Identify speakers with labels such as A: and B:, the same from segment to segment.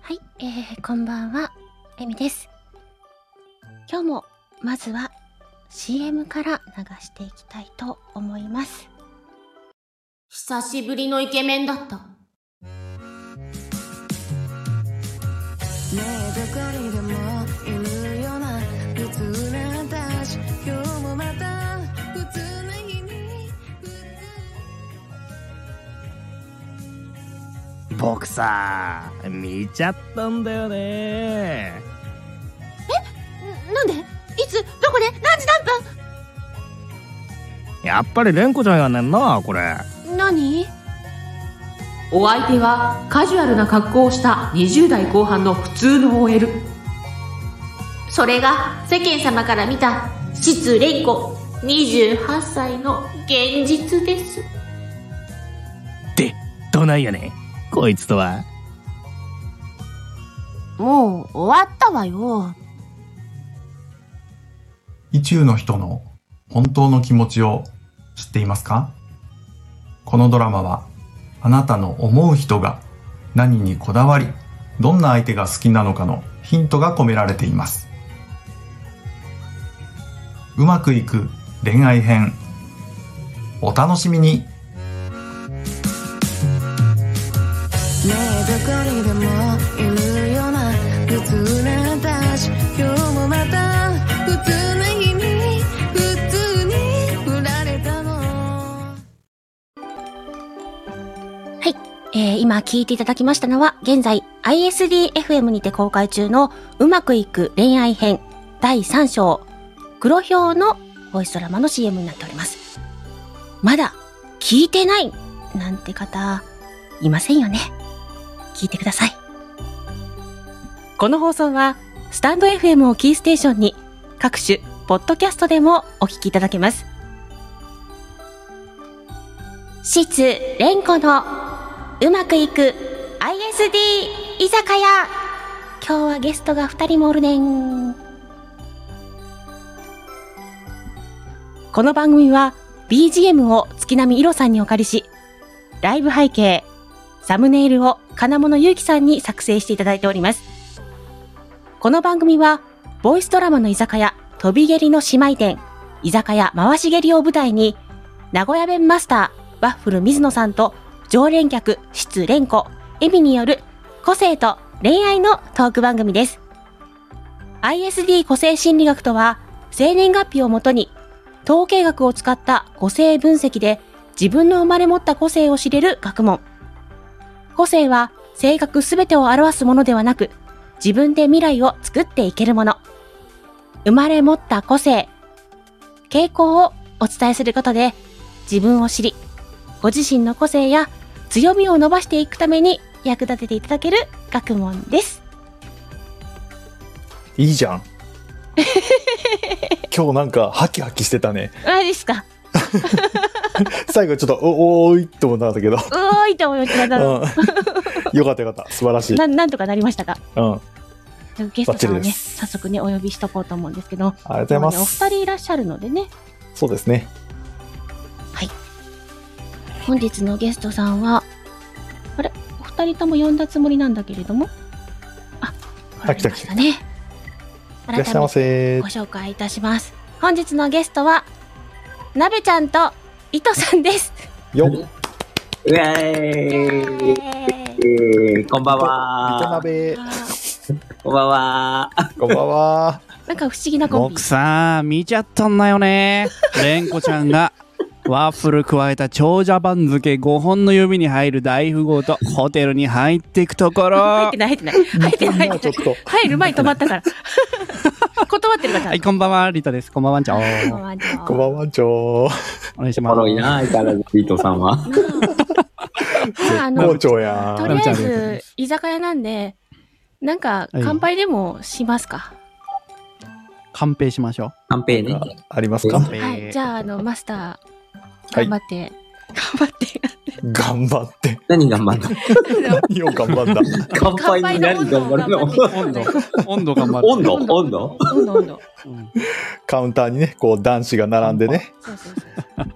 A: はい、えー、こんばんは、えみです。今日も、まずは CM から流していきたいと思います。
B: 久しぶりのイケメンだった。
C: ねえどこにでもいるような普通な私今日もまた普通な日に
D: 僕さ見ちゃったんだよね
B: なんでいつどこで何時何分
D: やっぱり蓮子ちゃんやねんなこれ
B: 何お相手はカジュアルな格好をした20代後半の普通の OL それが世間様から見た失恋子28歳の現実です
D: でどないやねんこいつとは
B: もう終わったわよ
E: 意中の人の本当の気持ちを知っていますかこのドラマはあなたの思う人が何にこだわりどんな相手が好きなのかのヒントが込められていますうまくいく恋愛編お楽しみに
C: ねえどこにでもいるような普通な私今日もまた普通な日に普通に振られたの
A: えー今聞いていただきましたのは、現在 ISDFM にて公開中のうまくいく恋愛編第3章、黒ひょうのボイスドラマの CM になっております。まだ聞いてないなんて方、いませんよね。聞いてください。この放送は、スタンド FM をキーステーションに各種、ポッドキャストでもお聞きいただけます。シツレンコのうまくいく ISD 居酒屋今日はゲストが2人もおるねんこの番組は BGM を月並みいろさんにお借りしライブ背景サムネイルを金物ゆうきさんに作成していただいておりますこの番組はボイスドラマの居酒屋飛び蹴りの姉妹店居酒屋回し蹴りを舞台に名古屋弁マスターワッフル水野さんと常連客、失恋子、エミによる個性と恋愛のトーク番組です。ISD 個性心理学とは、生年月日をもとに、統計学を使った個性分析で自分の生まれ持った個性を知れる学問。個性は性格すべてを表すものではなく、自分で未来を作っていけるもの。生まれ持った個性、傾向をお伝えすることで、自分を知り、ご自身の個性や強みを伸ばしていくために役立てていただける学問です。
F: いいじ ゃん。今日なんかハキハキしてたね。
A: あれですか
F: 最後ちょっとおおーいって思ったんだけど、
A: うおーいと思いま したな
F: うん、よかったよかった素晴らしい。
A: ななんとかなりましたか
F: うん、あり
A: ゲストさんを
F: バッチリで
A: ね、
F: す
A: 早速ね、お呼びしとこうと思うんですけど、
F: がとうございま
A: もうねお
F: す。
A: 二人いらっしゃるのでね、
F: そうですね。
A: 本日のゲストさんは、あれお二人とも呼んだつもりなんだけれども、あ、来られましたね。
F: いらっしゃいませ
A: ご。紹介いたします。本日のゲストは、なべちゃんといとさんです。
F: よっ、
G: うわーい、えー、こんばん
F: リトナ
G: は
F: ベ、
G: こんばんは
F: こんばん は。
A: なんか不思議なコンビ
H: 僕。さん見ちゃったんだよねレンコちゃんがワッフル加えた長者番付5本の指に入る大富豪とホテルに入っていくところ
A: 入っ
H: は
A: てない入ってない入ってない入って
F: ちょっ
A: ない
F: と
A: 入る前に止まったから 断ってるから
H: いこんばんはリタですこんばんはんちゃんお
F: こんばんはちょー。
H: 願いし
G: お
H: ま
G: も
H: す
G: ろいな相変わらずピートさんは
A: まああ
F: も
A: の
F: うちょや
A: と
F: ん。
A: りあえ
H: ありがとうござい
A: ず居酒屋なんでなんか
H: はい
A: 乾杯でもしますか
H: 乾杯しましょう
G: カンペーね
F: ありますか？
A: は
H: え
A: い
H: ー
A: じゃああのマスター
F: はい
A: 頑張って頑張って
F: 頑張 って。
G: 何頑張った
F: よう頑張んだ。
G: 乾杯に何頑張るの
H: 温度温度頑張 る
G: 温度温度
A: 温度温度
H: うん
F: カウンターにね、こう男子が並んでね。
A: そうそうそう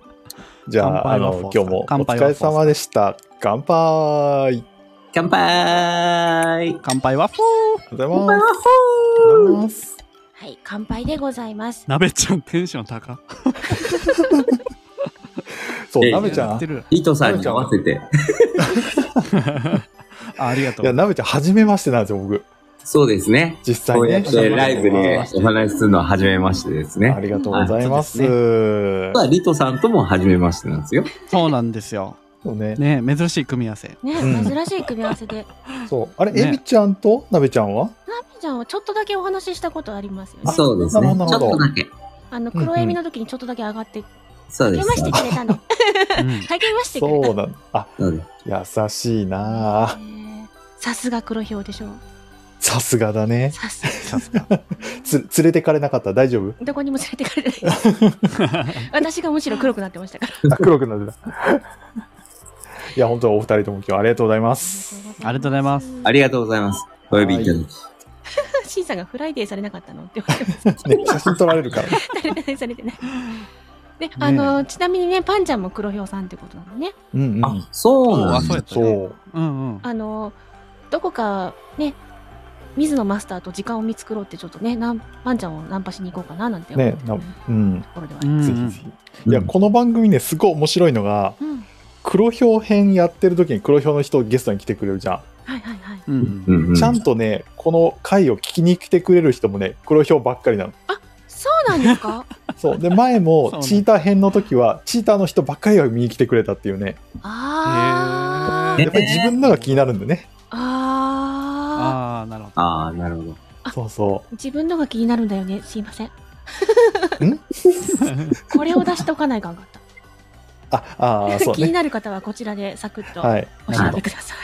F: じゃあ、あ
H: 乾杯は
F: の
H: フォ
F: 今
H: ーさん
F: 日もお
H: 乾杯
F: 疲
H: は
F: れ様でした。乾杯。
G: 乾杯
H: 乾杯はふー
F: りがとうございます。ありがとうございます。
A: はい、乾杯でございます。
H: なべちゃんテンション高
F: そう、
G: ええ
F: なべちゃ
H: や
F: ん
H: って。る
G: 伊藤さんに合わせて。
H: あありがと
F: いや、
H: う
F: なべちゃん、初めましてなんですよ、僕。
G: そうですね。
F: 実際
G: こうやっ
F: ね。
G: てライブでお話しするのは初めましてです
F: あ
G: ね。
F: りがとうございます。
G: あそう
F: そ
G: まあ、リトさんとも初めましてなんですよ。
H: そうなんですよ
F: うね。
H: ね珍しい組み合わせ
A: ね、
F: うん
A: 珍しい組み合わせで。
F: そう。あれ、
H: ね
F: エビちゃんとなべちゃんは
A: ナミちゃんはちょっとだけお話ししたことありますよね。
G: そうです
F: な
G: ね。
F: る
G: ち
F: ほ
G: ょ
F: ど
G: っ
F: なるほど
G: とだけ。
A: あの、
F: うんうん
A: 黒エビの時にちょっとだけ上がって、
G: そうで
A: 励
G: す。
A: ましてくれたの。
H: うん
A: 励ましてくれ
F: そ
A: た
F: うなんあ、
G: そうです
F: 優しいなあ
A: ね。さすが黒ひょうでしょう。
F: さすがだね。
A: さすが。
F: つ、連れてかれなかった大丈夫
A: どこにも連れてかれないです。私がむしろ黒くなってましたから。
F: あ黒くなってた。 いや、本当お二人とも今日ありがとうございます。
H: ありがとうございます
G: ありがとうございます。お呼びいただき。
A: シンさんがフライデーされなかったのって言われてます。
F: ね、写真撮られるから。
A: 誰々されてない。で、あの、ちなみにね、パンちゃんも黒ひょうさんってことなのね。
F: うんう
G: あ
F: ん。、
G: そう
H: あ
G: なん
H: そう
G: だ。
H: やったね
F: そう。
H: うんうん
A: あの、どこかね、水野マスターと時間を見繕って、ちょっとね、なんパンちゃんをナンパしに行こうかななんて思っ
F: ね
A: て、る
F: な
A: と
F: うん。
A: ころではあ
H: う
A: ります。
H: んう
F: ぜひ
H: ん
F: ぜひ。いや、この番組ね、すごい面白いのが、
A: うん。
F: 黒ひょう編やってる時に黒ひょうの人ゲストに来てくれるじゃ。
A: はいはいはい。
H: うんうん
G: うんうんん
F: ちゃんとね、この回を聞きに来てくれる人もね、黒ひょうばっかりなの。
A: そうなんですか
F: そう。で、前
H: そう
F: も
H: ね
F: チーター編の時は、チーターの人ばっかりが見に来てくれたっていうね。
A: あ
G: へ
A: ー
G: ー
F: やっぱり自分のが気になるんでね。
A: あ
H: ああなるほど
G: ああ、なるほど。
F: そうそ
A: ー自分のが気になるんだよね。すいません。
F: ん
A: これを出しておかないかんかった。
F: う。あ、 あ ーそう
A: 気に
F: ね。
A: なる方はこちらでサクッと
F: はい。
A: お調べくださ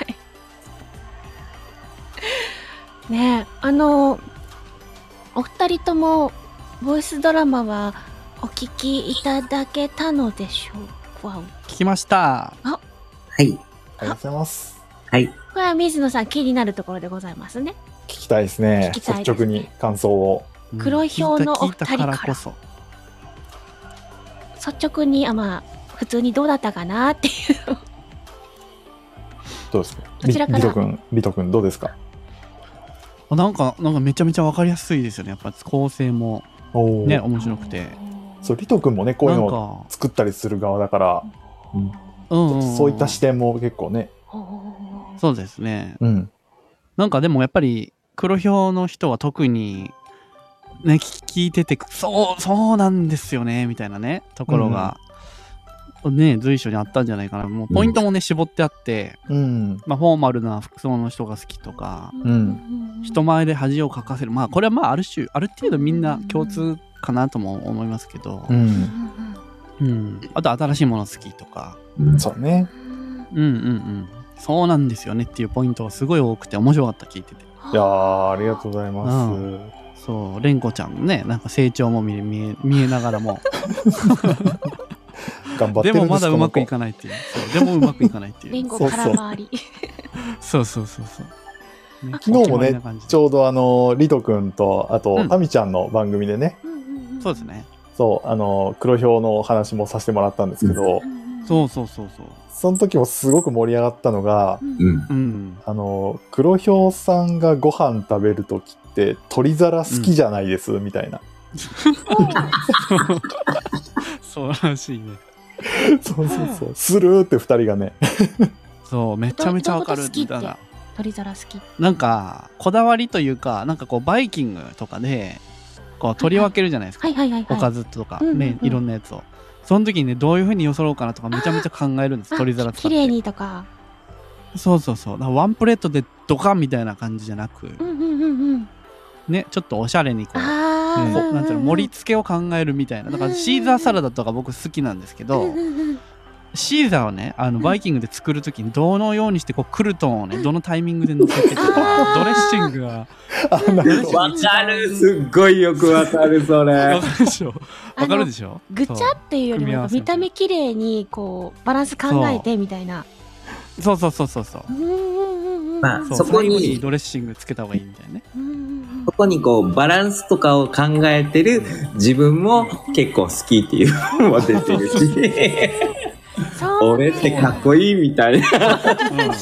A: い。 ねえ、あの、お二人とも、ボイスドラマはお聞きいただけたのでしょうか
H: 聞きました
G: はい。
F: ありがとうございます。
G: はい。
A: これは水野さん気になるところでございますね。
F: 聞きたいですね
A: 聞きたいです
F: 率直に感想を
H: うん
A: 黒い表のお二人
H: 聞いた聞いたからこそ
A: 率直に、あ、まあ、普通にどうだったかなっていう。
F: どうですか
A: どちらから
F: りとくんりとくんどうですか
H: あなんかなんかめちゃめちゃわかりやすいですよねやっぱ構成も
F: おお、
H: ね面白くて
F: そうりとくんもねこうい
H: な
F: うんのを
H: か
F: 作ったりする側だから
H: うん
F: ちょ
H: う
F: っ
H: ん
F: と
H: ん
F: そういった視点も結構ね
H: そうですね
F: うん
H: なんかでもやっぱり黒ひょうの人は特にね聞聞いててそうそうなんですよねみたいなねところが、ね随所にあったんじゃないかなもうポイントもね、絞ってあって、
F: うん
H: まあ、フォーマルな服装の人が好きとか
F: うん
H: 人前で恥をかかせるまあこれはまあある種ある程度みんな共通かなとも思いますけど
F: う、ん
H: うん、あと新しいもの好きとか
F: そうね
H: うんうんうんそうなんですよねっていうポイントがすごい多くて面白かった聞いてて
F: いやーありがとうございます、
H: うそう蓮子ちゃんのねなんか成長も見え見え見えながらも
F: 頑張って
H: で
F: るんです
H: もまだうまくい
F: ない
H: かないっていうそうでもうまくいかないっ てい
A: リン
H: う
A: ゴ
F: そうそう
A: 空回り。
H: そうそうそうそう、ね
F: 昨日もね
H: お決まりな感じで
F: ちょうどあのりとくんとあと
H: うん
F: タミちゃんの番組でね
H: そうですね
F: そうあの黒ひょうのお話もさせてもらったんですけど
H: そうそうそうそう
F: その時もすごく盛り上がったのが
G: うん。
H: うん
F: あの黒ひょうさんがご飯食べるときって鳥皿好きじゃないです、みたい な
H: そうらしいね
F: そうそうそうスルーって二人がね
H: そうめちゃめちゃわかるみたい
A: どういうこと好きっ
H: な
A: て鳥皿好き。
H: なんかこだわりというかなんかこうバイキングとかでこう取り分けるじゃないですか、
A: はいはいはいは
H: おか
A: い。
H: ずとか、
A: うんうんうん
H: ねいろんなやつをその時にねどういうふうによそろうかなとかめちゃめちゃ考えるんです鳥皿
A: あ
H: 使って
A: 綺麗にとか。
H: そうそうそうだからワンプレートでドカンみたいな感じじゃなく、
A: うんうんうんうん。
H: ねちょっとおしゃれにこう
A: ああ、
H: こ
A: う
H: うん
A: うんうん
H: なんていうの盛り付けを考えるみたいなだか
A: うんうん
H: ら
A: うん
H: シーザーサラダとか僕好きなんですけど、
A: うんうんうん
H: シーザーをねあのバイキングで作る時にどのようにしてこうクルトンをねどのタイミングで乗せてと
A: あ
H: か
A: ー
H: ドレッシングが
F: あ なるほど
G: わかる。すっごいよくわかる、そ
H: わ
G: れ
H: か。るでしょ
A: あの
H: わかるでしょ
A: ぐちゃっていうよりもなんか見た目綺麗にこうバランス考えてみたいな。
H: そうそうそうそうそう
A: うんうんうんうんうん
G: まあ
H: そう
G: そこに
H: 最後にドレッシングつけた方がいいみたいなね
A: うんうんうん
G: そこにこう、バランスとかを考えてる自分も結構好きっていうのも出てるし、
A: そう
G: 俺ってかっこいいみたいな。
H: うん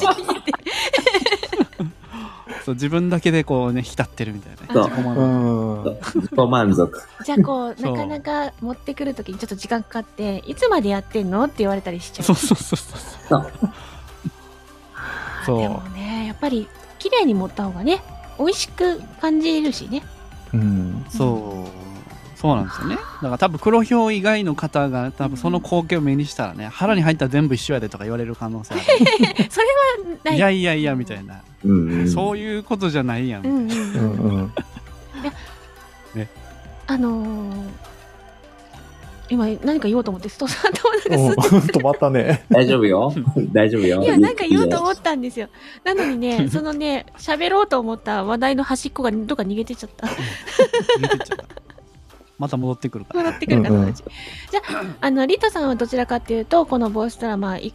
H: そう自分だけでこうね浸ってるみたいな
G: そう
H: ね自己満足
F: うん。
G: 自己満足。
A: じゃあこう、
H: そ
A: な
H: う
A: かなか持ってくるときにちょっと時間かかって、いつまでやってんのって言われたりしちゃう。
H: そうそうそうそうそう
A: でもね、やっぱり綺麗に盛った方がね、美味しく感じるしね。
E: うん。
H: そうそうなんですよねだから多分黒ひょう以外の方が多分その光景を目にしたらね腹に入ったら全部一緒やでとか言われる可能性ある
A: それは ない。
H: いやいやいやみたいな、
G: うんうん。
H: そういうことじゃないやん、
A: うんうん
F: うんうん。
A: あのー今何か言おうと思って、ストさんとなんか
F: お
A: す
F: う止まったね。
G: 大丈夫 よ。大丈夫よ。
A: いや、なんか言おうと思
G: っ
A: ったんですよ。なのにね、そのね、喋ろうと思った話題の端っこがどっか逃げてっちゃった。
H: 抜けちゃったまた戻ってくるから
A: 戻ってくるから、
F: うんうん
A: 私じゃあ、あの、リトさんはどちらかっていうと、このボイスドラマい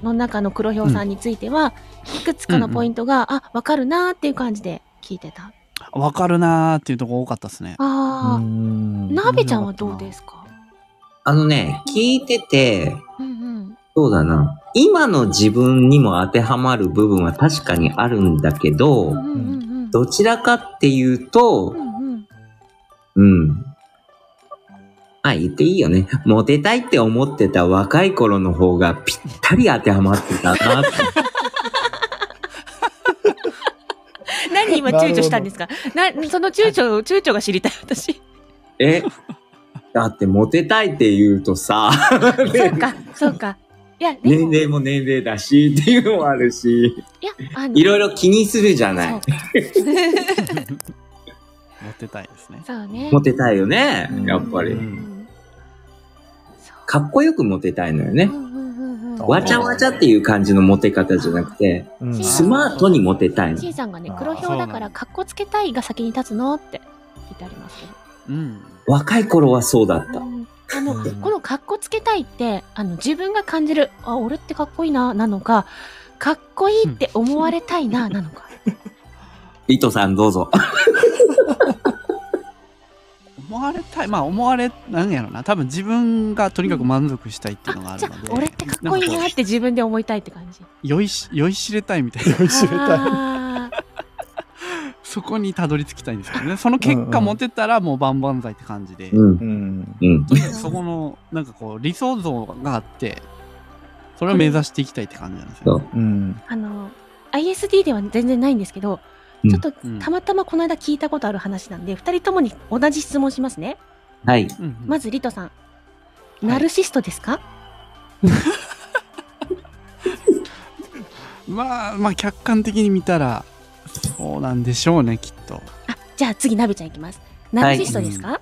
A: の中の黒ひょうさんについては、いくつかのポイントが、あ、わかるなーっていう感じで聞いてた。
H: わかるなーっていうとこ多かったですね
A: あー、
F: ん
A: なべちゃんはどうですか
G: あのね、聞いてて、
A: うんうん。
G: そうだな。今の自分にも当てはまる部分は確かにあるんだけど、
A: うんうんうん
G: どちらかっていう
A: う
G: と、
A: んうん。
G: うん。あ、言っていいよね。モテたいって思ってた若い頃の方がぴったり当てはまってたなって。
A: 何今躊躇したんですかなその躊躇、躊躇が知りたい、 私。
G: えだってモテたいって言うとさ、
A: そうか、 そうか。いや、で
G: 年
A: も、
G: 齢も年齢だしっていうのもある
A: い
G: し、
A: や、あの
G: いろいろ気にするじゃない。
H: 持ってたいですね
A: そうね。
G: モテたいよね、やっぱ
A: う
G: り。
A: んそう
G: かっこよくモテたいのよね
A: う。んうんうんうん
F: あ
G: わちゃわちゃっていう感じのモテ方じゃなくて、
F: うん
G: スマートにモテたいの。
A: C さんがね
F: あー
A: 黒ひょうだからかっこつけたいが先に立つのって聞いてありますけど
H: うん
G: 若い頃はそうだった。
A: あの
F: うん
A: このかっこつけたいってあの自分が感じるあ俺ってかっこいいななのかかっこいいって思われたいななのか
G: リトさんどうぞ。
H: 思われたいまあ思われなんやろな多分自分がとにかく満足したいっていうのが
A: あ
H: あ
A: じゃ
H: る
A: あ
H: ので
A: 俺ってかっこいいなって自分で思いたいって感じ
H: 酔いし酔いしれたいみたいな
F: 知りたい。
A: あー
H: そこにたどり着きたいんですけどねその結
F: うんう
H: 果
F: ん
H: モテたらもう万々歳って感じで、
G: うん
F: う。ん。
G: うん。
H: そこのなんかこう理想像があってそれを目指していきたいって感じなんです
G: そ
H: よ、
G: う
H: ね、
F: うん。
A: あの ISD では全然ないんですけど
G: うん
A: ちょっと
H: うん
A: たまたまこの間聞いたことある話なんで2人ともに同じ質問しますね
G: はい。
H: うんうん
A: まずリトさん
H: い
A: ナルシストですか、
H: まあまあ客観的に見たらそうなんでしょうねきっと
A: あじゃあ次、なべちゃんいきます。ナルシストですかわ、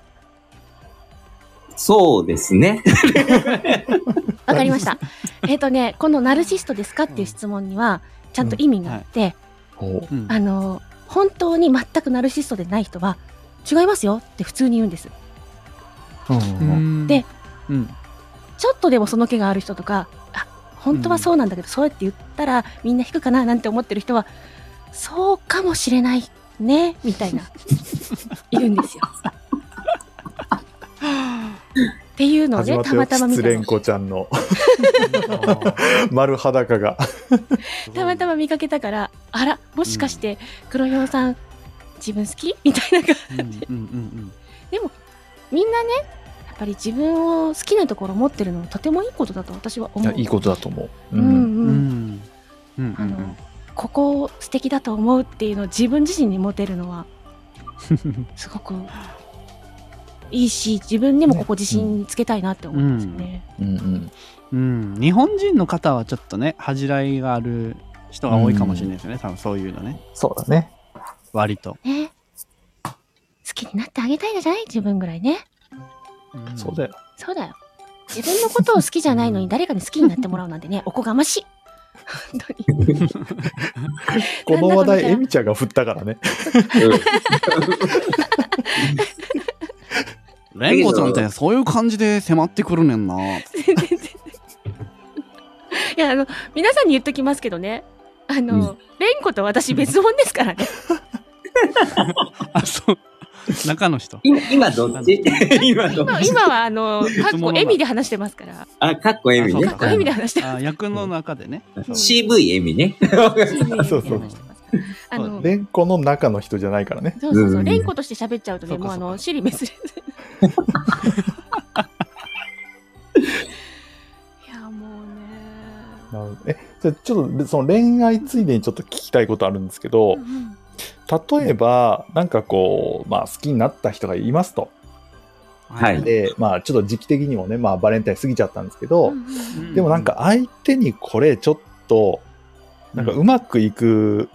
G: そうですね。
A: かりました。えっとね、このナルシストですかっていう質問には、ちゃんと意味があって、
F: ほ
H: うん
A: あの、本当に全くナルシストでない人は、違いますよって普通に言うんです。
F: う。う。
H: うんん
A: で
H: うん
A: ちょっとでもその気がある人とか、あ、本当はそうなんだけど、そうやって言ったらみんな引くかななんて思ってる人は、そうかもしれないね、みたいな、いるんですよ。っていうのを
F: 始ま
A: ね、
F: った
A: た
F: よ
A: またま見
F: 失
A: たの
F: 恋子ちゃん の丸裸が。
A: たまたま見かけたから、あら、もしかして、黒ひょうさん、自分好きみたいな感
H: うんうんうん
A: じ。でも、みんなね、やっぱり自分を好きなところを持ってるのはとてもいいことだと私は思う。
F: いいことだと思う。
A: う。ん
H: うんう
A: うん。
H: んうんう
A: あ
H: ん
A: のここを素敵だと思うっていうのを自分自身に持てるの は、すごくいいし、自分にもここ自信つけたいなって思いますよね。
F: うんうん。
H: うん、日本人の方はちょっとね恥じらいがある人が多いかもしれないですよね、多分そういうのね
F: そうだね。
H: 割と、
A: ね。好きになってあげたいじゃない自分ぐらいね。
F: そうだよ。
A: そうだよ。自分のことを好きじゃないのに誰かに好きになってもらうなんて ね、おこがましい。本当に。
F: この話題、エミちゃんが振ったからね。
H: レンコちゃんってそういう感じで迫ってくるねんな
A: 全然全然。いや、あの、皆さんに言っときますけどね。あの、レンコと私別物ですからね。
H: あそう中の人
G: 今、今どっち今どっ
A: 今
G: ち
A: 今は、あ の、かっ
H: 物
A: こ
H: な
A: エミで話してますから。
G: あ、かっこえみね
H: あ
A: かっ
H: そう
A: こエミで話してま
H: あ役の中でね、
G: CV えみね。
A: す。チームエミで話してますかあの、
F: レンコの中の人じゃないからね。
A: そうそうそうう、
G: ん
A: 連呼として喋っちゃうとね、
H: そうか
A: もうあの、
H: そうか
A: 尻滅裂。 いや、もうね。
F: なるほどえ、じゃあちょっとその恋愛ついでにちょっと聞きたいことあるんですけど
A: う、ん
F: 例えば、なんかこう、まあ好きになった人がいますと。
G: はい
F: で、まあちょっと時期的にもね、まあバレンタイン過ぎちゃったんですけど、
A: うん
F: でもなんか、相手にこれちょっと、なんかうまくいく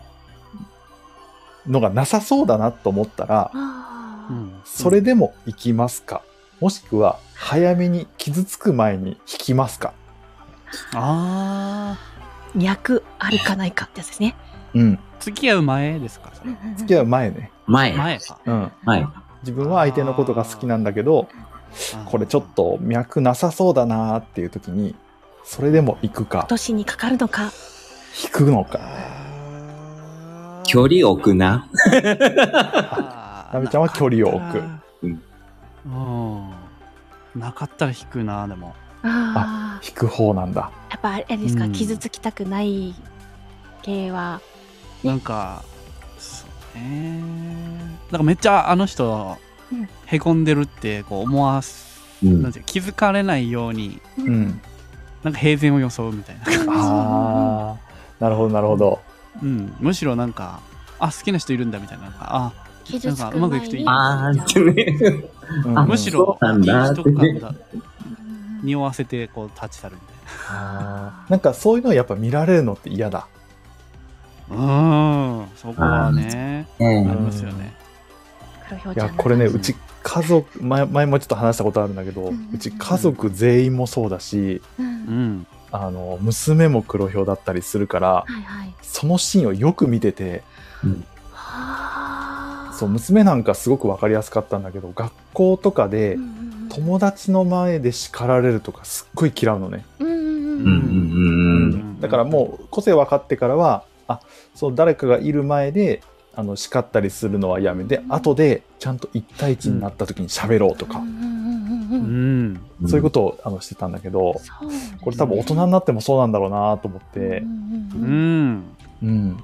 F: のがなさそうだなと思ったら、
A: あ
H: う
A: ー
H: ん
F: それでも行きますかもしくは、早めに傷つく前に引きますか
H: ああ
A: 脈あるかないかってやつですね。
F: うん。
H: 付き合う前ですかそれ
F: 付き合う前ね。
G: 前。
H: 前か
F: うん。
G: はい。
F: 自分は相手のことが好きなんだけど、これちょっと脈なさそうだなーっていう時に、それでも行くか、
A: 年にかかるのか。
F: 引くのか。
G: 距離置くな。
H: あー
F: なべちゃんは距離を置く
H: なかったらうんなかったら引くなでも
A: ああ。
F: 引く方なんだ。
A: やっぱあれですか、
H: うん
A: 傷つきたくない系は。
H: なんかそうねなんかめっちゃあの人
A: うん
H: へこんでるってこう思わす、
G: うん
H: なんていう気づかれないように
F: うん。
H: なんか平然を装うみた いな、
F: あー、なるほど、なるほど。
H: うん、むしろなんかあ好きな人いるんだみたいななんかあ
A: 傷つ
H: なん
A: く
H: かうまくい
A: 前
H: くといい
A: に。
G: あーってね。
F: うん
G: あ
H: むしろ
G: そうなんだ
H: いい人感だ
A: うん
H: 匂わせてこう立ち去るみたい
F: あーなんかそういうのやっぱ見られるのって嫌だ。
H: なうんそこはね
G: う
H: あ
G: ん
H: りますよね
A: 黒ひょう
F: い
A: ちゃん
F: や
A: の
F: これね
A: 話
F: うち家族前前もちょっと話したことあるんだけど、
A: うんうんうん
F: うち家族全員もそうだし
A: う
H: うんん
F: あの娘も黒ひょうだったりするから
A: はいはい。
F: そのシーンをよく見てて
A: はあ。
F: そう娘なんかすごく分かりやすかったんだけど学校とかで
A: うんうんうん
F: 友達の前で叱られるとかすっごい嫌うのね、
A: うんうん
G: う
A: うん
G: んうんうん。
F: だからもう個性分かってからはあそう誰かがいる前であの叱ったりするのはやめて後でちゃんと一対一になった時に喋ろうとか
A: う、んうんうん
H: う
A: うんうん
H: ん
G: ん
F: そういうことをあのしてたんだけど、
A: そうなんですね
F: これ多分大人になってもそうなんだろうなと思って
A: う、んうん
H: う
A: うん
H: ん
F: うん、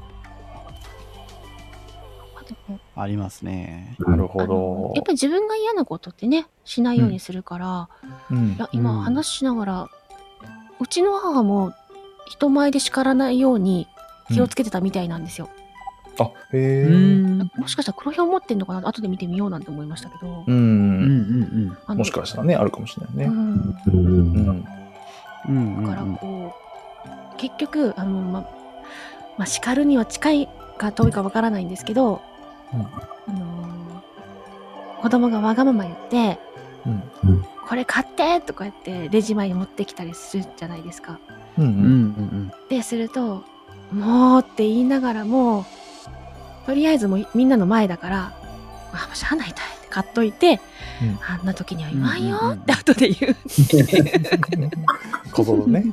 H: ありますね
F: なる
A: あ
F: ほ
A: の
F: ど
A: やっ。ぱり自分が嫌なことってね、しないようにするから、
F: うん
A: いや、今
H: うん
A: 話しながら、うちの母も人前で叱らないように気をつけてたみたいなんですよ。
F: あ、へ
H: う
F: え。
H: ん
A: もしかしたら黒ひょう持ってんのかな後で見てみようなんて思いましたけど。
F: う
H: うんうん
F: ん、
H: うん
A: あの
F: もしかしたらね、あるかもしれないう
A: ん
F: ね。
G: うん
F: う
G: うん
F: ん、
H: うんうん
A: だからこう、結局、あの、ま、まあ、叱るには近いか遠いかわからないんですけど、
F: うん
A: あのー子供がわがまま言って、
F: うん、
A: これ買ってとか言ってレジ前に持ってきたりするじゃないですか。
F: う
H: うん
F: ん、
H: うん
A: ですると「もう」って言いながらもとりあえずもうみんなの前だから「あもうしゃあないたい」って買っといて、
F: うん
A: あんな時には言わんよ
H: うんうんうん
A: って後で言う
F: こぞろね。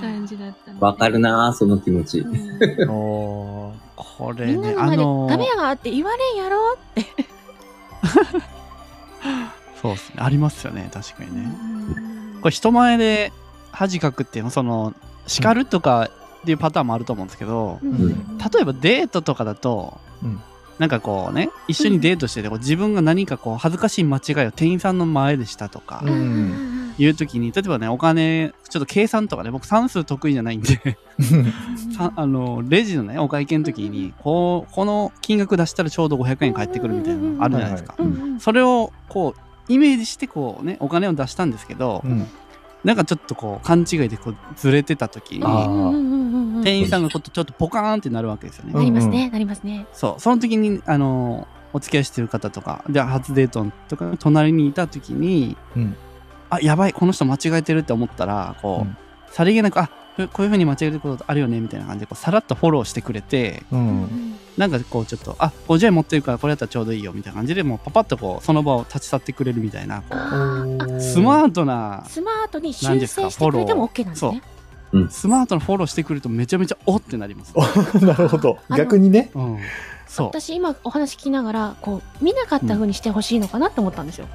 A: 感じだったので
G: わかるなその気持ち
A: う。 ん
F: おー
H: これ
A: みんな
H: ね
A: の
H: あ
A: 前で「
H: の
A: ダメやわ」って言われんやろって、
H: そうですねありますよね確かに
A: う
H: ね
A: ん
H: これ人前で恥かくっていうのその叱るとかっていうパターンもあると思うんですけど、
A: うん
G: ん
H: 例えばデートとかだと、
F: うん
H: なんかこうね一緒にデートしてて、こう自分が何かこう恥ずかしい間違いを店員さんの前でしたとか
F: うん
H: いう時に例えばねお金ちょっと計算とかね僕算数得意じゃないんでさあのレジのねお会計の時にこうこの金額出したらちょうど500円返ってくるみたいなのあるじゃないですか、
A: うんうん
H: それをこうイメージしてこうねお金を出したんですけど、
F: うん、
H: なんかちょっとこう勘違いでこうずれてた時に
F: あ
A: う
F: ー
A: んうんうんうんうん
H: 店員さんがこうちょっとポカーンってなるわけですよね、
F: う
A: なんりますねなりますね。
H: そうその時にあのお付き合いしてる方とかで初デートとか隣にいた時に、
F: うん
H: あやばいこの人間違えてるって思ったらこう、
F: うん
H: さりげなくあここういうふうに間違えることあるよねみたいな感じでこうさらっとフォローしてくれて
F: うん、
H: なんかこうちょっとあ50円持ってるからこれだったらちょうどいいよみたいな感じでもうパパッとこうその場を立ち去ってくれるみたいなこう
A: あー
H: スマートな
A: スマートに
H: 何
A: 修
H: です
A: 正
H: か
A: してくれても OK なんです
H: フォロ
A: ね
H: ー。スマートなフォローしてくるとめちゃめちゃおってなります、
F: なるほど。逆にね。
H: うん、そう
A: 私今お話聞きながらこう見なかった風にしてほしいのかなと思ったんですよ、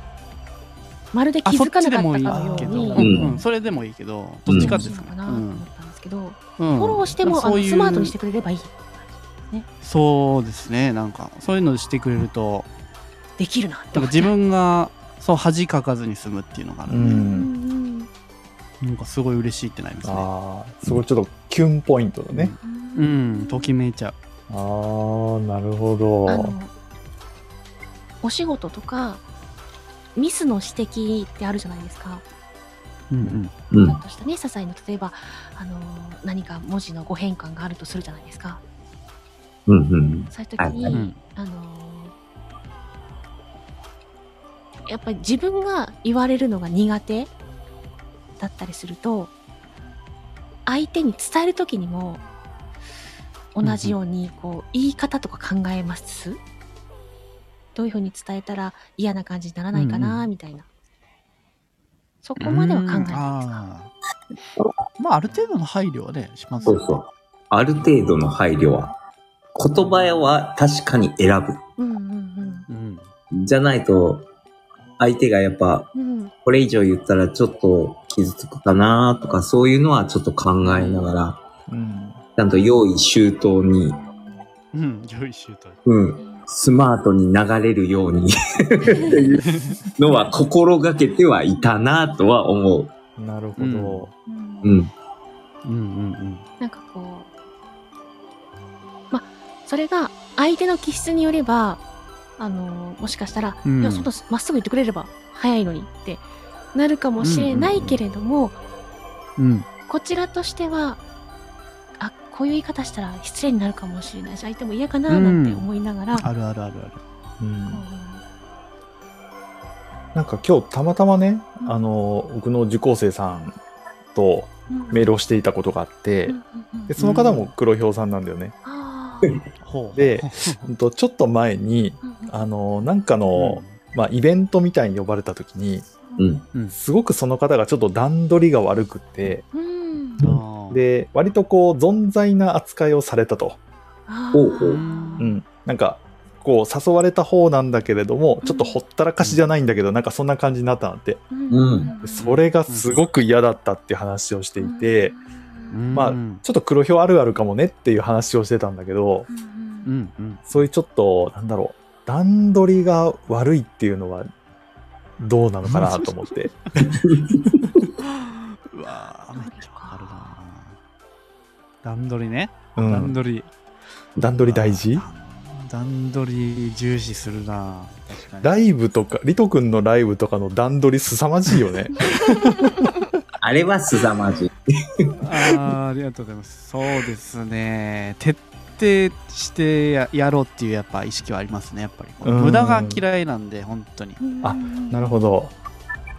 A: まるで気づかなかったかのように
H: あそっちでもいいけど、
A: う
H: うんん
G: うん
H: うんそれでもいいけど
A: ど
H: どっちか
A: っ
H: で
A: ち
H: す
A: なの
H: か
A: かな
H: ね、う
A: と
H: ん
A: 思ったんですけど、
H: うん
A: フォローしても
H: そ
A: あ
H: う
A: の
H: いう
A: スマートにしてくれればいい
H: うん
A: ね。
H: そうですねなんかそういうのしてくれると
A: できるなって
H: なん
A: 思
H: か
A: っ
H: 自
A: て。
H: 分がそう恥かかずに済むっていうのがある
E: うん
H: で、
E: ん。
A: うんうん
H: なんかすごい嬉しいってなりますね
F: ああ、すごいちょっとキュンポイントだね。
H: うんときめいちゃう
F: ああ、なるほ
A: あ
F: ど
A: の。お仕事とかミスの指摘ってあるじゃないですか。
H: うん
G: う
A: ちょ
G: ん
A: っとしたね些細な例えばあの何か文字のご変換があるとするじゃないですか。
G: うんうん
A: そういう時に、
H: うんうん
A: あのやっぱり自分が言われるのが苦手だったりすると相手に伝える時にも同じようにこう言い方とか考えます、どういうふうに伝えたら嫌な感じにならないか
H: うん
A: な
H: う
A: みたいな、そこまでは考えないですか
H: あーまあある程度の配慮はねします
G: そ
H: よ
G: うそうある程度の配慮は言葉は確かに選
A: うんうん
H: うん
G: ぶじゃないと相手がやっぱ
A: うんうん
G: これ以上言ったらちょっと傷つくかなとか、そういうのはちょっと考えながら、
E: うん。
G: ちゃんと用意周到に、
H: うん良いシュート
G: うん、スマートに流れるよう にっていうのは心がけてはいたなとは思う。
F: なるほど。
A: うん
G: うん。
H: うんうんうん
A: なんかこう、ま、それが相手の気質によれば、あのもしかしたら、
H: うん
A: いや、そんなまっすぐ言ってくれれば早いのにってなるかもしれないけれども、
H: うん
A: こちらとしては、あ、こういう言い方したら失礼になるかもしれないし、相手も嫌かななんて思いながら、
H: あるあるあるある
F: うん
A: こ
F: なんか今日たまたまね、あの、僕の受講生さんと
A: ううん
F: メールをしていたことがあって、
A: うんうんうん
F: でその方も黒ひょうさんなんだよね。
A: あー
H: ほう
F: でほんとちょっと前に、
A: うんうん
F: あの、なんかの、まあ、イベントみたいに呼ばれた時に、
G: うん。
F: すごくその方がちょっと段取りが悪くて、
A: うん
H: あー
F: で、割とこう、存在な扱いをされたと。
A: あー
G: おうおう
F: う
H: うん
F: ん。なんか、こう、誘われた方なんだけれども、ちょっとほったらかしじゃないんだけど、なんかそんな感じになったなって。
A: うん
G: うん
F: でそれがすごく嫌だったっていう話をしていて、
H: うん
F: まあ
H: うん
F: ちょっと黒ひょうあるあるかもねっていう話をしてたんだけど、
A: うん
H: う
A: うん
H: んうん
F: そういうちょっと、なんだろう、段取りが悪いっていうのは、どうなのかなと思って。
H: うわーめっちゃわかるな段取りね、
F: う
H: 段
F: ん。
H: 取り
F: 段取り大事
H: 段取り重視するな確か
F: ライブとか、リト君のライブとかの段取り凄まじいよね。
G: あれは凄まじい。
H: にあーありがとうございますそうですね徹底してややろうっていうやっぱ意識はありますねやっぱりこう
F: うん
H: 無駄が嫌いなんで本当に
F: あ なるほど。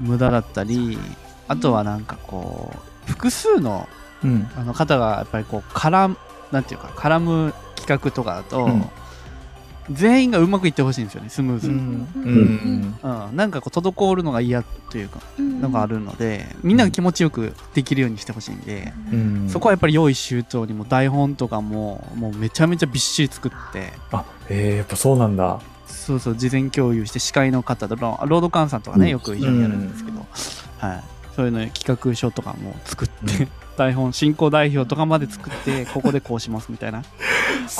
H: 無駄だったりあとはなんかこう複数の
F: うん。
H: あの方がやっぱりこう絡むなんていうか絡む企画とかだと、
F: うん
H: 全員がうまくいってほしいんですよねスムーズ
F: う
H: に、
F: ん。
A: う
F: うんん。
H: うん、なんかこう滞るのが嫌というか
A: うん
H: のがあるので、みんなが気持ちよくできるようにしてほしいんで、
F: うん
H: そこはやっぱり用意周到にもう台本とかももうめちゃめちゃびっしり作って
F: あ、えー、やっぱそうなんだ。
H: そうそう事前共有して司会の方とのロードカンさんとか
G: う
H: ね、
G: ん
H: よく一緒にやるんですけど、はい、そういうの企画書とかも作って、台本進行代表とかまで作ってここでこうしますみたいなこ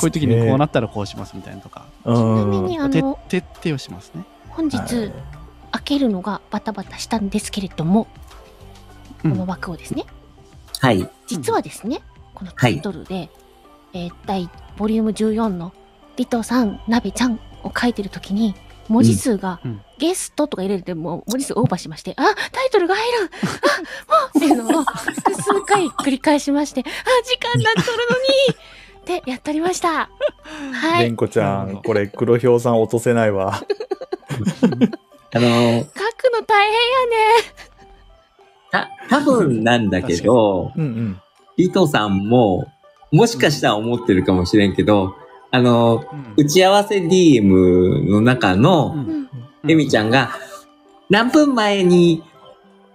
H: ういう時にこうなったらこうしますみたいなとか、
F: う
A: ちなみ
F: ん。
A: にあ
H: 徹
A: の
H: 徹底をしますね。
A: 本日、
F: はい
A: 開けるのがバタバタしたんですけれども、
H: うん
A: この枠をですね
G: はい。
A: 実はですね、このタイトルで、えー第ボリューム14の「リトさんなべちゃん」を書いてる時に文字数が、
H: うんうん
A: ゲストとか入れても文字数オーバーしまして、あ、タイトルが入るあ、もうっていうのを複数回繰り返しまして、あ、時間なっとるのにってやっておりました。は
F: れ
A: い。
F: んこちゃ
H: なるほ
F: ん、
H: ど
F: これ、黒ひょうさん落とせないわ。
G: あのー、
A: 書くの大変やね。
G: た、多分なんだけど、
F: うん うん。
G: リトさんも、もしかしたら思ってるかもしれんけど、あのー、
H: うん
G: 打ち合わせ DM の中の、
A: うん
G: エミちゃんが、何分前に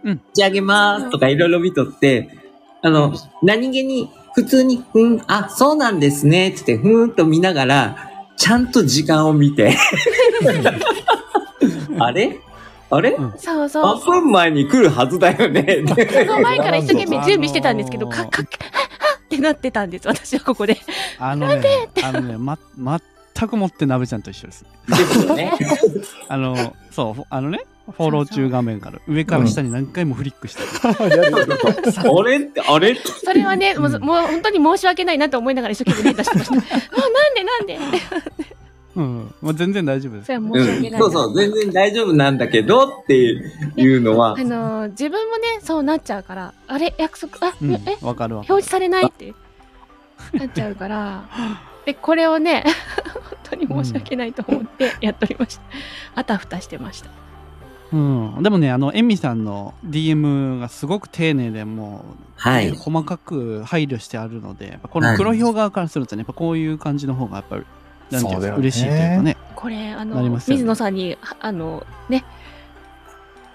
H: うん、
G: 仕上げますとかいろいろ見とって、あの、何気に、普通に、うん、あ、そうなんですね、って言って、ふーんと見ながら、ちゃんと時間を見 て、あれあれ
A: そうそう
G: 何。分前に来るはずだよね。
A: その前から一生懸命準備してたんですけど、か、か、か、ってなってたんです、私はここ で。
H: あのね、あのね、ま、全くもってなべちゃんと一緒ですね。
G: ですよね。
H: あの、そう、あのね、フォロー中画面から、上から下に何回もフリックしてる。
F: やるやる
G: あれって、あれって
A: それはね、も
H: う
A: うんもう本当に申し訳ないなと思いながら一生懸命出 してました。あなんでなんで って
H: うん。まあ、全然大丈夫です
A: そ。れは
G: う
A: 申し訳
G: ん
A: ないな。
G: そうそう、全然大丈夫なんだけどっていうのは
A: あ、のー自分もね、そうなっちゃうから、あれ、約束、あ、
H: うん
A: え、
H: わかるわ
A: 表。示されないってなっちゃうから、で、これをね、 本当に申し訳ないと思ってやっておりました。あたふたしてました。
H: うん。でもね、あの、エミさんの DM がすごく丁寧でもう、
G: はい。
H: 細かく配慮してあるので、やっぱこの黒表側からするとね、やっぱこういう感じの方がやっぱり、なんていう
F: そう
H: んで
F: だ
H: すか
F: よね
H: 嬉しいというかね。
A: これ、あの、
H: なりますよね
A: 水野さんに、はあの、ね、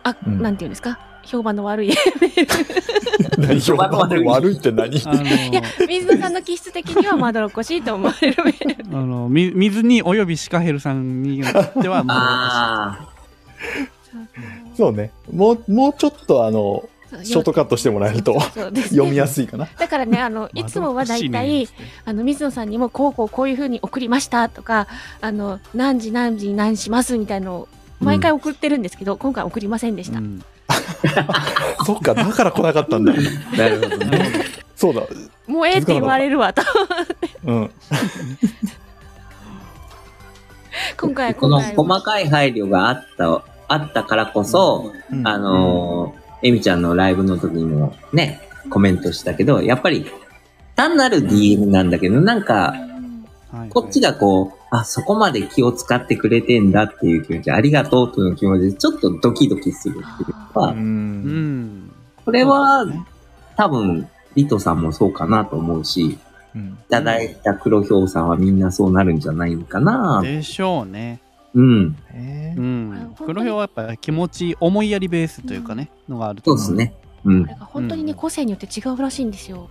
A: あ、
E: うん
A: なんていうんですか、評判の悪い。
F: 評判の悪いって何
H: あの
A: いや、水野さんの気質的にはまどろっこしいと思われるメール。
H: あのみ水におよびシカヘルさんによってはもう
G: あ
F: そうね。もう、もうちょっとあの、
A: そう
F: ショートカットしてもらえると
A: そうですね
F: 読みやすいかな。
A: だからね、あの、いつもはだいたい、あの、水野さんにも、こうこうこういうふうに送りましたとか、あの、何時何時に何しますみたいのを、毎回送ってるんですけど、今回送りませんでした。
H: うん
F: そっか、だから来なかったんだ。
G: あ、なるほどね。
F: そうだ。
A: もうええって言われるわ、と。
F: うん。
A: 今回、
G: こ
A: 今
G: の
A: 回。
G: 細かい配慮があった、あったからこそ、
E: うん
G: あのー、エミちゃんのライブの時にもね、コメントしたけど、やっぱり、単なる DM なんだけど、なんか、
H: はい
G: こっちがこう、あ、そこまで気を使ってくれてんだっていう気持ち、ありがとうという気持ちで、ちょっとドキドキするっていう
A: あ
G: か
F: う、。
H: うんん
G: これは
H: そうですね
G: 多分、リトさんもそうかなと思うし、
E: うん
G: いただいた黒ひょうさんはみんなそうなるんじゃないのかな。
H: でしょうね。
G: うん。
F: ね
H: うん。
A: あ
H: 黒表はやっぱ気持ち、思いやりベースというかね、のがあると
G: そう
H: 思
G: です。ね。うん
A: これ。が本当にね、
H: うん
A: 個性によって違うらしいんですよ。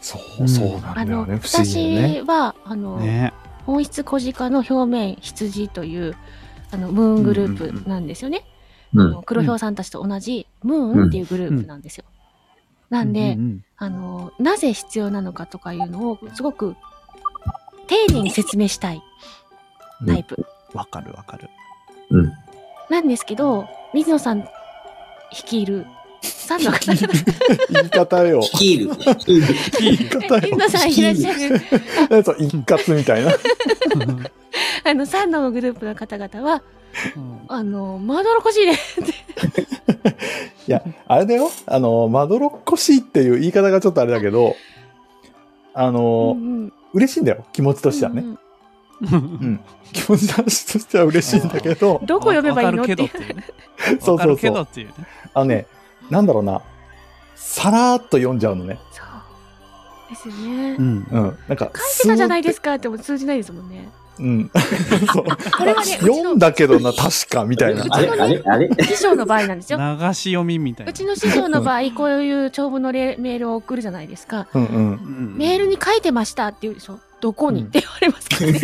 F: そう、そうな
A: あ
F: んだ
A: の、
F: よね。不思議だよね。
A: 私は、あの、
H: ね。
A: 本質小鹿の表面羊というあのムーングループなんですよね。
G: う
A: あ
G: ん
A: の。黒ひょうさんたちと同じムーンっていうグループなんですよ。なんで、
H: うん
A: あのなぜ必要なのかとかいうのをすごく丁寧に説明したいタイプ、
H: うんわかるわかる。
G: うん。
A: なんですけど水野さん率いるサンドが水
F: 言い方よ。
G: ヒール。ヒール。
F: 言い方よ。
A: 野さんいらっしゃる
F: そう一括みたいな。
A: あのサンドのグループの方々は
H: うん
A: あのまどろこしいね
F: あれだよ。あの、まどろっこしいっていう言い方がちょっとあれだけど、あの、
A: うんうん
F: 嬉しいんだよ。気持ちとしては
A: う
F: ね。
A: ん
F: うん。気持ちとしては嬉しいんだけど、
A: どこ呼べばいいの
H: わ
A: っ
H: か
A: て
H: るけどっていうね。
F: そうそうそう
H: わかるけどっていうね。
F: あのね、なんだろうな。さらーっと読んじゃうのね。
A: そうですよね
H: う。ん。
F: うん。なん
A: 書
F: か、
A: いてたじゃないですかっても通じないです もんね。
F: うん。そう
A: これはね、うち
F: 読ん
A: の
F: だけどな、確か、みたいな。
G: あれあれあれ
A: 師匠の場合なんです
H: 流
A: よ。
H: し読みみたいうな。
A: ちの師匠の場合、こういう長文のレメールを送るじゃないですか。
F: うんうん。
H: うん
A: メールに書いてましたって言うでしょ。どこにって言われますからね。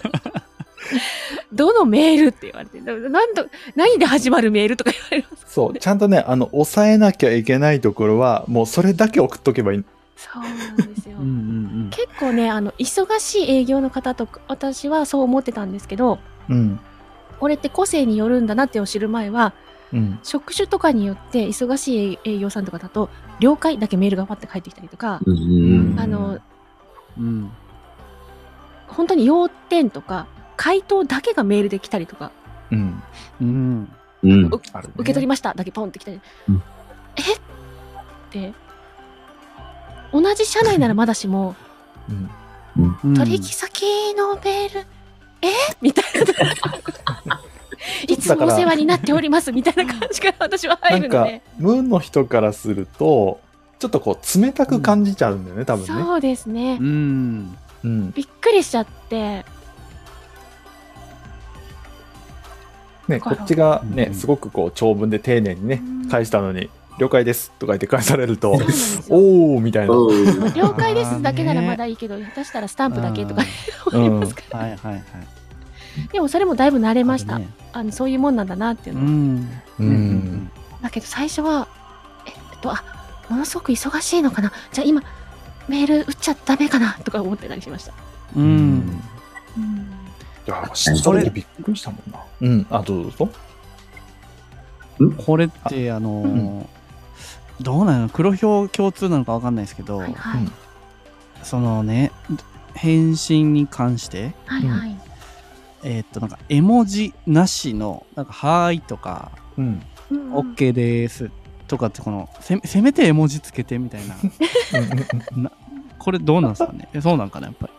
A: どのメールって言われて、なんと、何で始まるメールとか言われます。
F: そう、ちゃんとね、あの、抑えなきゃいけないところは、もうそれだけ送っとけばいい。
A: そうなんですよ
H: うん。うん
A: 結構ね、あの、忙しい営業の方とか、私はそう思ってたんですけど、
F: うん。
A: これって個性によるんだなってを知る前は、
F: うん。
A: 職種とかによって忙しい営業さんとかだと「了解」だけメールがパッて返ってきたりとか、
G: うんうん
A: あの
H: うん。うん。
A: 本当に要点とか回答だけがメールで来たりとか
F: うん。
H: うん。
G: うん。
A: う
F: あるね
A: 受け取りましただけポンって来たり、
G: うん
A: えって同じ社内ならまだしも
F: うん。
H: うん
A: 取引先のメールえみたいないつもお世話になっておりますみたいな感じから私は
F: な
A: 入る
F: ん
A: の
F: か
A: で、
F: ムーンの人からすると、ちょっとこう、冷たく感じちゃうんだよね、多分ね。
A: そうですね、
H: うん。
F: うん。
A: びっくりしちゃって
F: ね、こっちがね、
H: うん
F: すごくこう、長文で丁寧にね
A: うん、
F: 返したのに、了解ですとか言って返されると
A: そうなん、ですよ
F: おーみたいな。
G: おう
A: 了解ですだけならまだいいけど、下手したらスタンプだけとかね
F: うん
A: 思いますから、
H: はいはいはい。
A: でもそれもだいぶ慣れました。あ,、
H: ね
A: のそういうもんなんだなっていう
H: う
A: のは、
H: ん。
F: うん。
A: だけど最初は、えっと、あものすごく忙しいのかなじゃあ今メール打っちゃダメかなとか思ってたりしました
H: う。
E: うん
F: いや、それでびっくりしたもんな。うん、あ、どうぞどうぞ。
H: これって、あのー、どうなの黒表共通なのかわかんないですけど
A: は、いはい、
H: そのね、返信に関して、
A: はいはい、
H: えーっと、なんか、絵文字なしの、なんか、はーいとか、
E: うん。
A: うん
H: オッケーですとかって、この、せせめて絵文字つけてみたいな、これどうなんですかねえそうなんかな、やっぱり。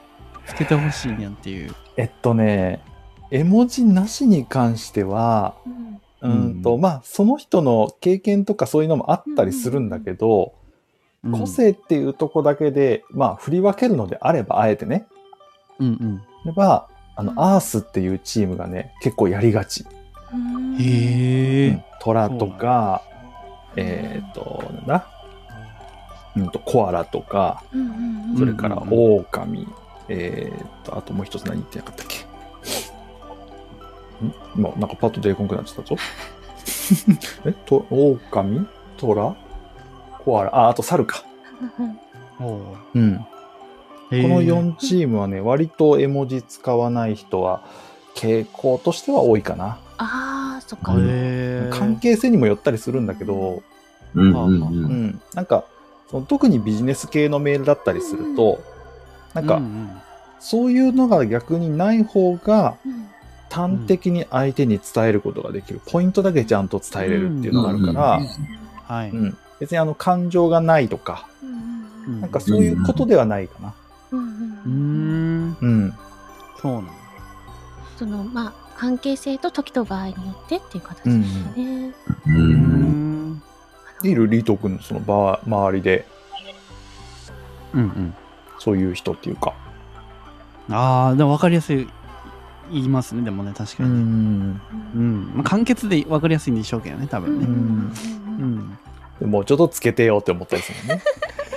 H: つけてほしいにゃんっていう。
F: えっとね、絵文字なしに関しては、
A: うん
F: うんと、
E: うん
F: まあ、その人の経験とかそういうのもあったりするんだけど、
H: うん
F: 個性っていうとこだけで、まあ、振り分けるのであれば、あえてね。
H: うん
F: では、あの
A: う、ん
F: アースっていうチームがね、結構やりがち。
H: うん。
A: え
H: へ
F: う
H: え
F: ん。トラとか、えーっと、なんだうんと、コアラとか、
A: うんうん
F: それから
H: うんうん
F: オオカミ、えーっと、あともう一つ何言ってなかったっけ。ん今、なんかパッと出てこんくなっちゃったぞ。えと、オオカミ、トラ、コアラ、あ、あとサルか。
A: うん
H: おう
F: うん。
H: へー
F: この4チームはね、割と絵文字使わない人は、傾向としては多いかな。
A: ああそっか、
H: へー
F: 関係性にもよったりするんだけど、
G: うんうんう。
F: うんん、なんかその特にビジネス系のメールだったりすると、なん
H: う
F: か
H: ん
F: そういうのが逆にない方が
A: うん
F: 端的に相手に伝えることができる、ポイントだけちゃんと伝えれるっていうのがあるから、
G: うん
H: はい。
F: うん別にあの感情がないとか、
A: うん
H: うん
F: なんかそういうことではないかな。
A: うん
H: う
A: う
H: ー
A: ん
H: ん、
F: うん、
H: そうなんだ。
A: そのまあ関係性と時と場合によってっていう形
F: う
A: で
F: ん、
A: すね、
G: う
H: うー
G: ん
H: ん。
F: でいるリート君のその場周りで
H: うんうん。
F: そういう人っていうか、
H: ああ、でも分かりやすい、言いますね、でもね、確かに。うん。
F: ん
H: まあ、簡潔で分かりやすいんでしょうけどね、多分ね。うん。
F: でもうちょっとつけてよって思ったりするね。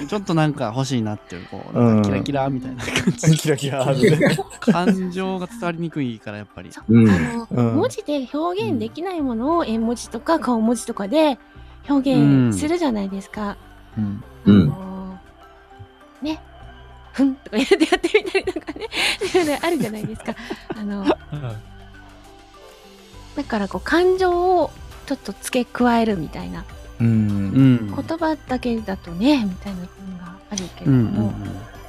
H: ちょっとなんか欲しいなっていう、こう、
F: うん
H: なんかキラキラみたいな感 じ。
F: キラキラーって
H: 感情が伝わりにくいから、やっぱり。
A: そう
G: うん
A: あの、
F: うん
A: 文字で表現できないものを絵文字とか顔文字とかで表現するじゃないですか。
F: うん
G: うん
A: あのね。ふんとか言ってやってみたりとかね。そういうのあるじゃないです か。あの、だからこう感情をちょっと付け加えるみたいな。
F: うん
H: うん。
A: 言葉だけだとね、みたいなのがあるけれ
H: う
A: ど
H: ん
A: も。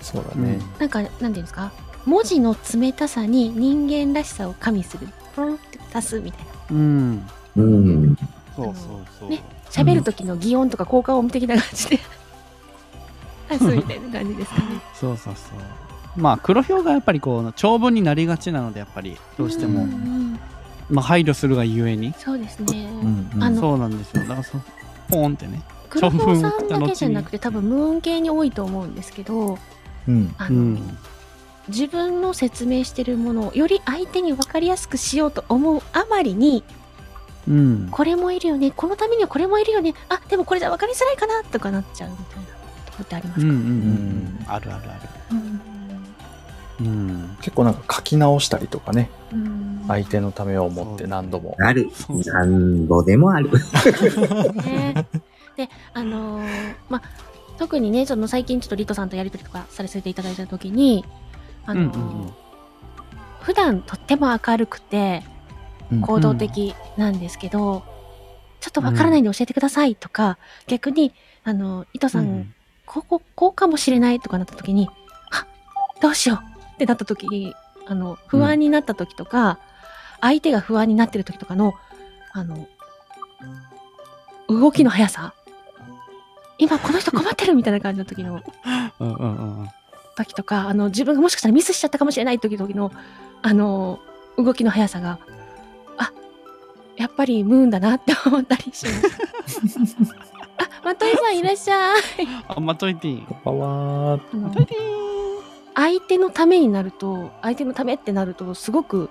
F: そうだ
H: うん。
F: ね。
A: なんか、なんていうんですか文字の冷たさに人間らしさを加味する。ポンって足すみたいな。
H: うん。
G: うん。
H: そうそうそう。
A: ね喋る時の擬音とか効果音的な感じで、あそうみたいな感じですかね。
H: そうそうそう。まあ、黒表がやっぱりこう、長文になりがちなので、やっぱり、どうしても
A: ん、ん
H: まあ、配慮するがゆえに。
A: そうですね。
F: うん
A: あの
H: そうなんですよ。だからそう、ポーンってね。
A: 黒本さんだけじゃなくて多分ムーン系に多いと思うんですけど、
F: うん
A: あ
H: う
A: の
H: ん。
A: 自分の説明してるものをより相手に分かりやすくしようと思うあまりに、
H: うん。
A: これもいるよね、このためにはこれもいるよね、あでもこれじゃ分かりづらいかなとかなっちゃうみたいなとこってありま
H: う
A: す
H: んうんう
A: か、
H: ん。あるあるある。うん。
F: 結構なんか書き直したりとかね、
A: うん
F: 相手のためを思って何度も。
G: ある
H: そう。
G: なんぼでもある。
A: ね。で、あのーまあ、特にね、その最近ちょっとリトさんとやりとりとかされていただいたときに、あのー
H: うんうんうん
A: 普段とっても明るくて
F: うん
A: 行動的なんですけど、ちょっとわからないんで教えてくださいとか、逆に、あの、リトさん、こうこう、こうかもしれないとかなったときに、あどうしようってなったときに、あの、不安になったときとか、相手が不安になってるときとかの、あの、動きの速さ。今この人困ってるみたいな感じの時の、
H: うんうんうん
A: 時とか、あの、自分がもしかしたらミスしちゃったかもしれない時々の、あの、動きの速さが、あ、やっぱりムーンだなって思ったりしました。あ、まといさんいらっしゃい。
H: あ、まといていい。
F: パワー
A: あの相手のためになると相手のためってなるとすごく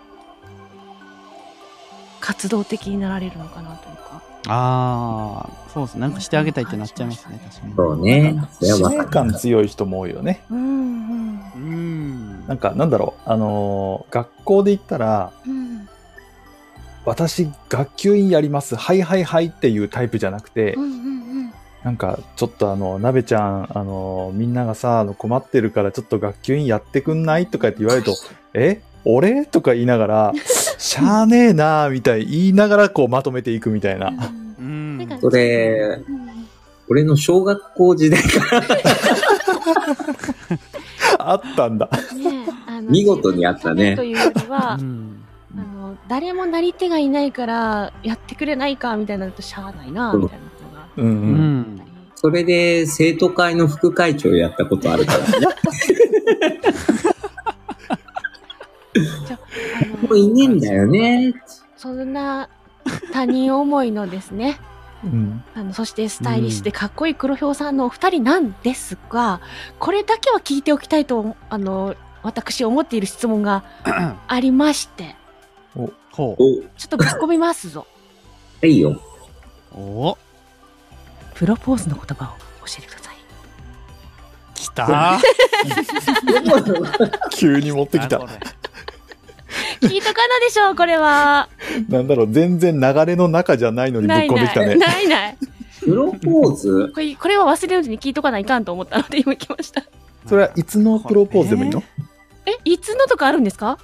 A: 活動的になられるのかなというか
H: ああ、そうですね。なんかしてあげたいってなっちゃいますね。確かに。
G: そうね。それは
F: 使
G: わ
F: 命
G: かる
F: 感強い人も多いよね。
A: うんうん
H: うん。
F: なんかなんだろう、あのー学校で言ったら、
A: うん
F: 私、学級委員やります。はいはいはいっていうタイプじゃなくて
A: うんう、ん
F: なんか、ちょっとあの、鍋ちゃん、あの、みんながさ、あの困ってるから、ちょっと学級委員やってくんないとかって言われると、え俺とか言いながら、しゃあねえなーみたい、言いながら、こう、まとめていくみたいな。
H: うん
A: なんか
G: それ、俺の小学校時代から
F: あったんだ。
A: ね、あの
G: 見事にあったね
A: 自分のためというよりは
H: う、ん
A: あの誰もなり手がいないからやってくれないかみたいなのとしゃあないな
G: うん
A: みたいなことがあっ
F: うん
H: う
F: うん。
H: ん
A: たり、
G: それで生徒会の副会長やったことあるからね。
A: あ
G: もう
A: の
G: いねえんだよね。
A: そんな他人思いのですね
F: うん。
A: あのそしてスタイリッシュでかっこいい黒ひょうさんのお二人なんですが、これだけは聞いておきたいとあの私思っている質 問がありまして
H: ほ
G: お、は
A: ちょっとぶっ込みますぞ
G: いよ。
H: うお
I: プロポーズの言葉を教えてください。
H: きた
F: 急に持ってき
H: 来
F: た。
A: 聞いとかなでしょうこれは
F: なんだろう、全然流れの中じゃないのにぶっ
A: ない
F: 込んで
A: な
F: きた
A: い
F: ね。
A: ないない
G: プロポーズ
A: これこれは忘れるうちに聞いとかないかんと思ったので今来ました
F: それはいつのプロポーズでもいいの
A: えいつのとかあるんですか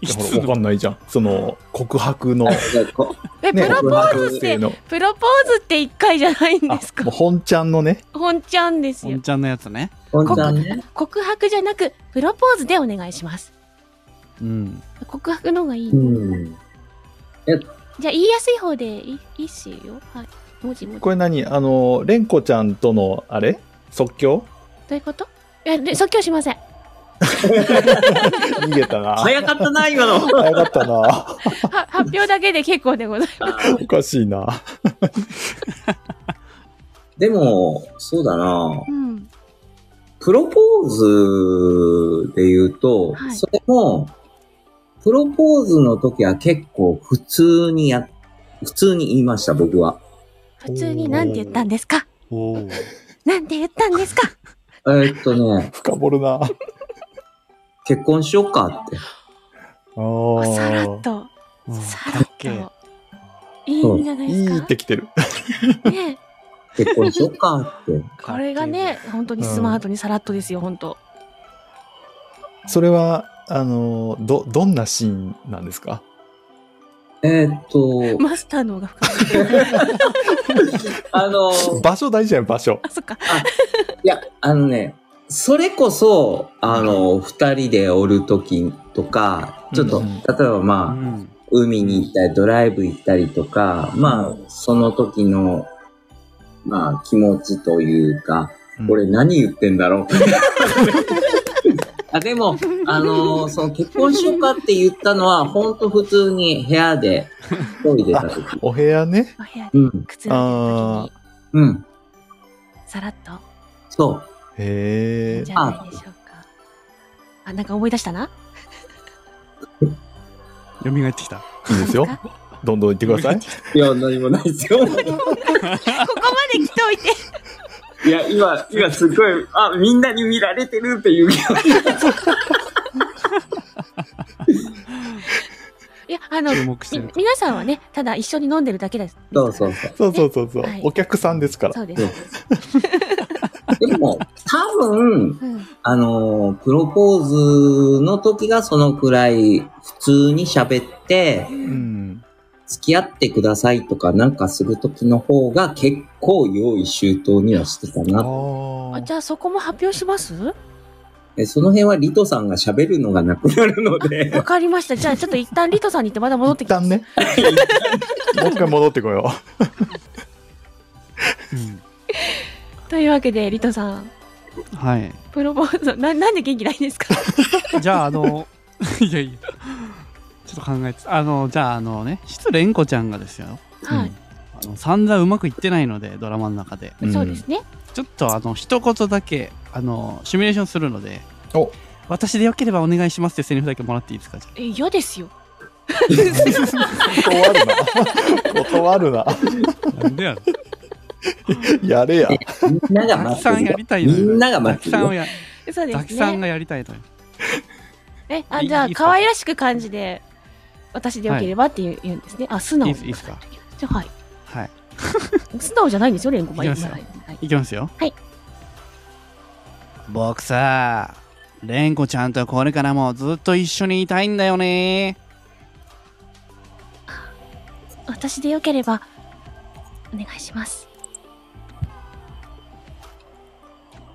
F: いやほらわかんないじゃん。その、告白の。ね、
G: なんかこ
A: え、プロポーズっ
F: せ
A: て、
F: ーの。
A: プロポーズって一回じゃないん
F: あ、
A: ですか
F: もう本ちゃんのね。
A: 本ちゃんです
H: おん
A: よ。
H: ちゃんのやつね
G: う本当ね。
A: 告白じゃなく、プロポーズでお願いします。
H: うん
A: 告白の方がいい。
G: うん。
A: じゃあ、言いやすい方でいいいいっすよ。はい。文字文字。ど
F: これ何あの、蓮子ちゃんとの、あれ即興
A: ういうこといや、で即興しません。
F: 逃げたな。
G: 早かったな、今の。
F: 早かったな。
A: は発表だけで結構でございま
F: おかしいな。
G: でも、そうだな
A: す。。うん。
G: プロポーズで言うと、
A: はい
G: それも、プロポーズの時は結構普通にや、普通に言いました、僕は。
A: 普通になんて言ったんですか
H: おお
A: なんて言ったんですか
G: えーっ とね、
F: 深掘るな。
G: 結婚しようかって。
F: おー
A: さらっと、さらっ
H: けえ
A: と。いいんじゃない
F: い
A: で
F: い
A: す
F: っ
A: か
F: てきてる。
A: ね
G: 結婚しようか って。
A: これがね、本当にスマートにさらっとですよ、本当。
F: それは、あの、ど、どんなシーンなんですか
G: えーっと、
I: マスターの方が深い。
G: あの、
F: 場所大事じゃん、場所。
I: あ、そっか。
G: いや、あのね、それこそ、あの、二人でおる時とか、ちょっと、
F: うん
G: 例えばまあ、
H: うん
G: 海に行ったり、ドライブ行ったりとか、まあ、その時の、まあ、気持ちというか、
F: うん
G: 俺何言ってんだろう。 あでも、あのーその結婚しようかって言ったのは、ほんと普通に部屋で、一人でた時。
F: お部屋ね。
I: お部屋で
G: うん。
I: くつろいでる時に、
G: うん。
I: さらっと、
G: そう。
F: へえ
I: じ。ゃないでしょうか。
A: あ、なんか思い出したな。
H: 蘇ってきた
F: いいですよ。どんどん行ってください。
G: いや、何もないですよ。
A: ここまで来ておいて。
G: いや、今、今すごい、あ、みんなに見られてるっ ていう気持ち。
A: いや、あの、
H: 注目 してる
A: み皆さんはね、ただ一緒に飲んでるだけです。
G: そうそうそう。
F: そうそうそうそう
A: はい。
F: お客さんですから。
A: そうです。そうです
G: でも、多分、
A: うん。
G: あのー、プロポーズの時がそのくらい普通に喋って、
F: うん。
G: 付き合ってくださいとかなんかする時の方が結構用意周到にはしてた
F: あ
G: な。
A: あ
F: ー
A: じゃあそこも発表します
G: えその辺はリトさんが喋るのがなくなるので
A: わ、かりました。じゃあちょっと一旦リトさんに行ってまた戻って
F: 一
A: きます。
F: 旦ね。もう一回戻ってこよ
A: というわけで、リトさん、
H: うんはい
A: プロポーズ、ななんで元気ないんですか
H: じゃあ、あの、 いやいや、ちょっと考えて、あの、じゃあ、あのね、失恋子ちゃんがですよ、
A: はい、
H: あの散々うまくいってないので、ドラマの中で、
F: う。ん
A: そうです。ね。
H: ちょっと、あの、一言だけ、あの、シミュレーションするので、
F: お
H: 私でよければお願いしますっていうセリフだけもらっていいですか、じゃ
A: え嫌ですよ。
F: 断るな。断るな。
H: あ。なんでや
F: やれや。
G: みんなが
H: たく
G: 待っ
H: さ
G: てる
H: んや
G: よ。
H: りたい
G: み
H: のよ。
G: んなが
H: た
G: 待
H: く
G: って
H: さ
G: る
H: んを
G: よ。
H: や、
A: そうで
H: たく
A: す
H: さん
A: ね。
H: がやりたいのよ。
A: え、あ、
H: いい
A: じゃあ、
H: いいですか
A: 可愛らしく感じで、私でよければって言う,、言うんですね。あ、素
H: い
A: 直
H: い
A: に
H: ですいいですか。
A: じゃあはい。
H: はい。
A: 素直じゃないんですよ、煉獄はいいま
H: きま
A: すす
H: よ
A: はいはい
H: いきますよ
A: はい
H: 僕さ蓮子ちゃんとこれからもずっと一緒にいたいんだよね
A: 私でよければ、お願いします。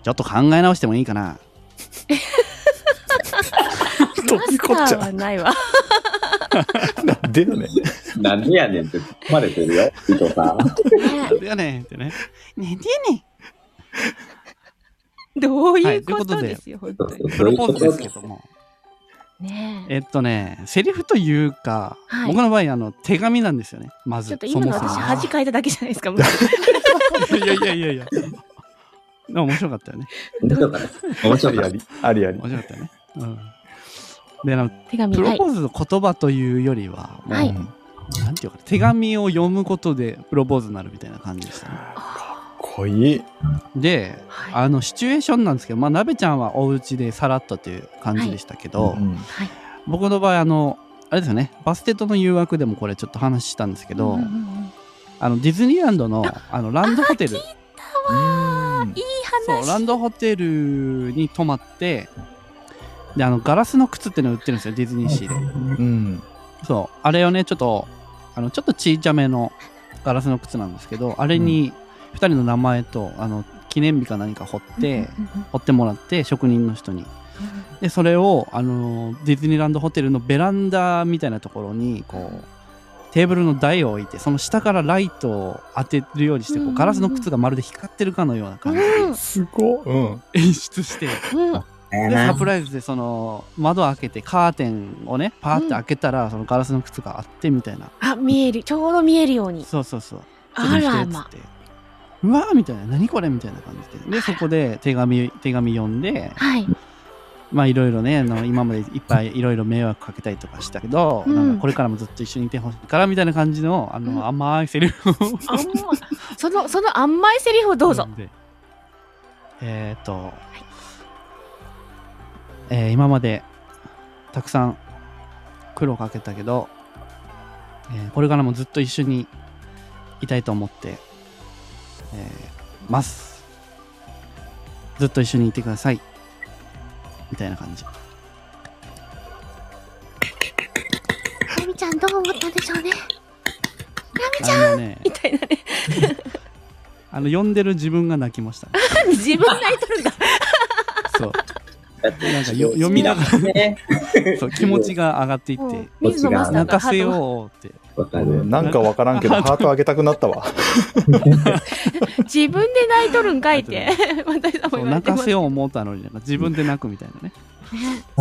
H: ちょっと考え直してもいいかな
F: どういうこっち
A: マスター
F: ゃ
A: はない わ。
F: なんでよね
G: なんでやねんって突っ込まれてるよ、伊藤さん。
H: なんでやねんってねねでやねん
A: どう
H: はいいうという
A: こ
H: こと
A: と
H: で
A: ですよ、本当に。
H: プロポーズですけども
A: ねえ。
H: えっとねセリフというか、
A: はい
H: 僕の場合あの手紙なんですよねまず
A: ちょっと今の
H: そも
A: 私、
H: そも
A: 恥かいただけじゃないです か、もう
H: いやいやいやいやでも面白かったよね
G: 面白かった。面
F: あ
G: 白
F: り
G: か
F: あ
G: った。
F: りありあり
H: 面白かったよねうんであの
A: 手紙、
H: プ
A: は
H: ロ
A: い
H: ポ。ーズの言葉というよりは、もう
A: はい
H: なんていうか手紙を読むことでプロポーズになるみたいな感じでしたね。
F: 濃い
H: で、
A: はい
H: あのシチュエーションなんですけど、まあ、なべちゃんはお家でさらっとという感じでしたけど、
F: う
A: は
F: ん
A: い。
H: 僕の場合あのあれですよねバステとの誘惑でもこれちょっと話したんですけど、
A: うんうんうん
H: あのディズニーランドのあのランドホテル
F: うん
A: い
H: そう
A: い
H: ラ
A: 話。
H: ンドホテルに泊まってであのガラスの靴っていうのを売ってるんですよディズニーシーで。
E: うん。
H: そう、あれをね、ちょっと、あの、ちょっとちいちゃめのガラスの靴なんですけど、あれに、2人の名前と、あの、記念日か何か彫って、
A: うんうん
H: 彫ってもらって、職人の人に。で、それを、あの、ディズニーランドホテルのベランダみたいなところに、こう、テーブルの台を置いて、その下からライトを当てるようにして、
A: う
H: こ
A: ん
H: う
A: うん
H: ガラスの靴がまるで光ってるかのような感じで
A: うん
F: すごっうん
H: 演出して、
A: うん
H: でサプライズでその窓開けてカーテンをねパーって開けたらそのガラスの靴があってみたいな、
A: あ、見える。ちょうど見えるように。
H: そうそうそう
A: あら
H: ちょ
A: ま。
H: っと見せてっつってうわーみたいな何これみたいな感じででそこで手紙手紙読んで
A: はい。
H: まあいろいろねあの今までいっぱいいろいろ迷惑かけたりとかしたけど、
A: うん
H: なんかこれからもずっと一緒にいてほしいからみたいな感じのあの、
A: うん
H: 甘いセリフを
A: あんま、その、その甘いセリフをどうぞ
H: 読。んでえっ、と、えー今までたくさん苦労かけたけど、えーこれからもずっと一緒にいたいと思って、えーますずっと一緒にいてくださいみたいな感じ
C: ラミちゃんどう思ったんでしょうね
H: あのね
A: みたいなね。
H: あの呼んでる自分が泣きました、
A: 自分が言っとるんだ。
H: そうなんかよ読みなが
G: らね。
H: らそう気持ちが上がっていっ
A: もう
H: て
A: 水野マスター
H: 泣
A: が
H: か
A: ハ
H: せ
A: ート
H: ようって
G: わか
F: 俺
G: る。
F: なんかわからんけど、ハート上げたくなったわ。
A: 自分で泣いとるんかいって。私さんも
H: そ
A: 言
H: う
A: われ
H: 泣
A: て
H: か
A: ます
H: せ。よう思ったのになんか自分で泣くみたいなね、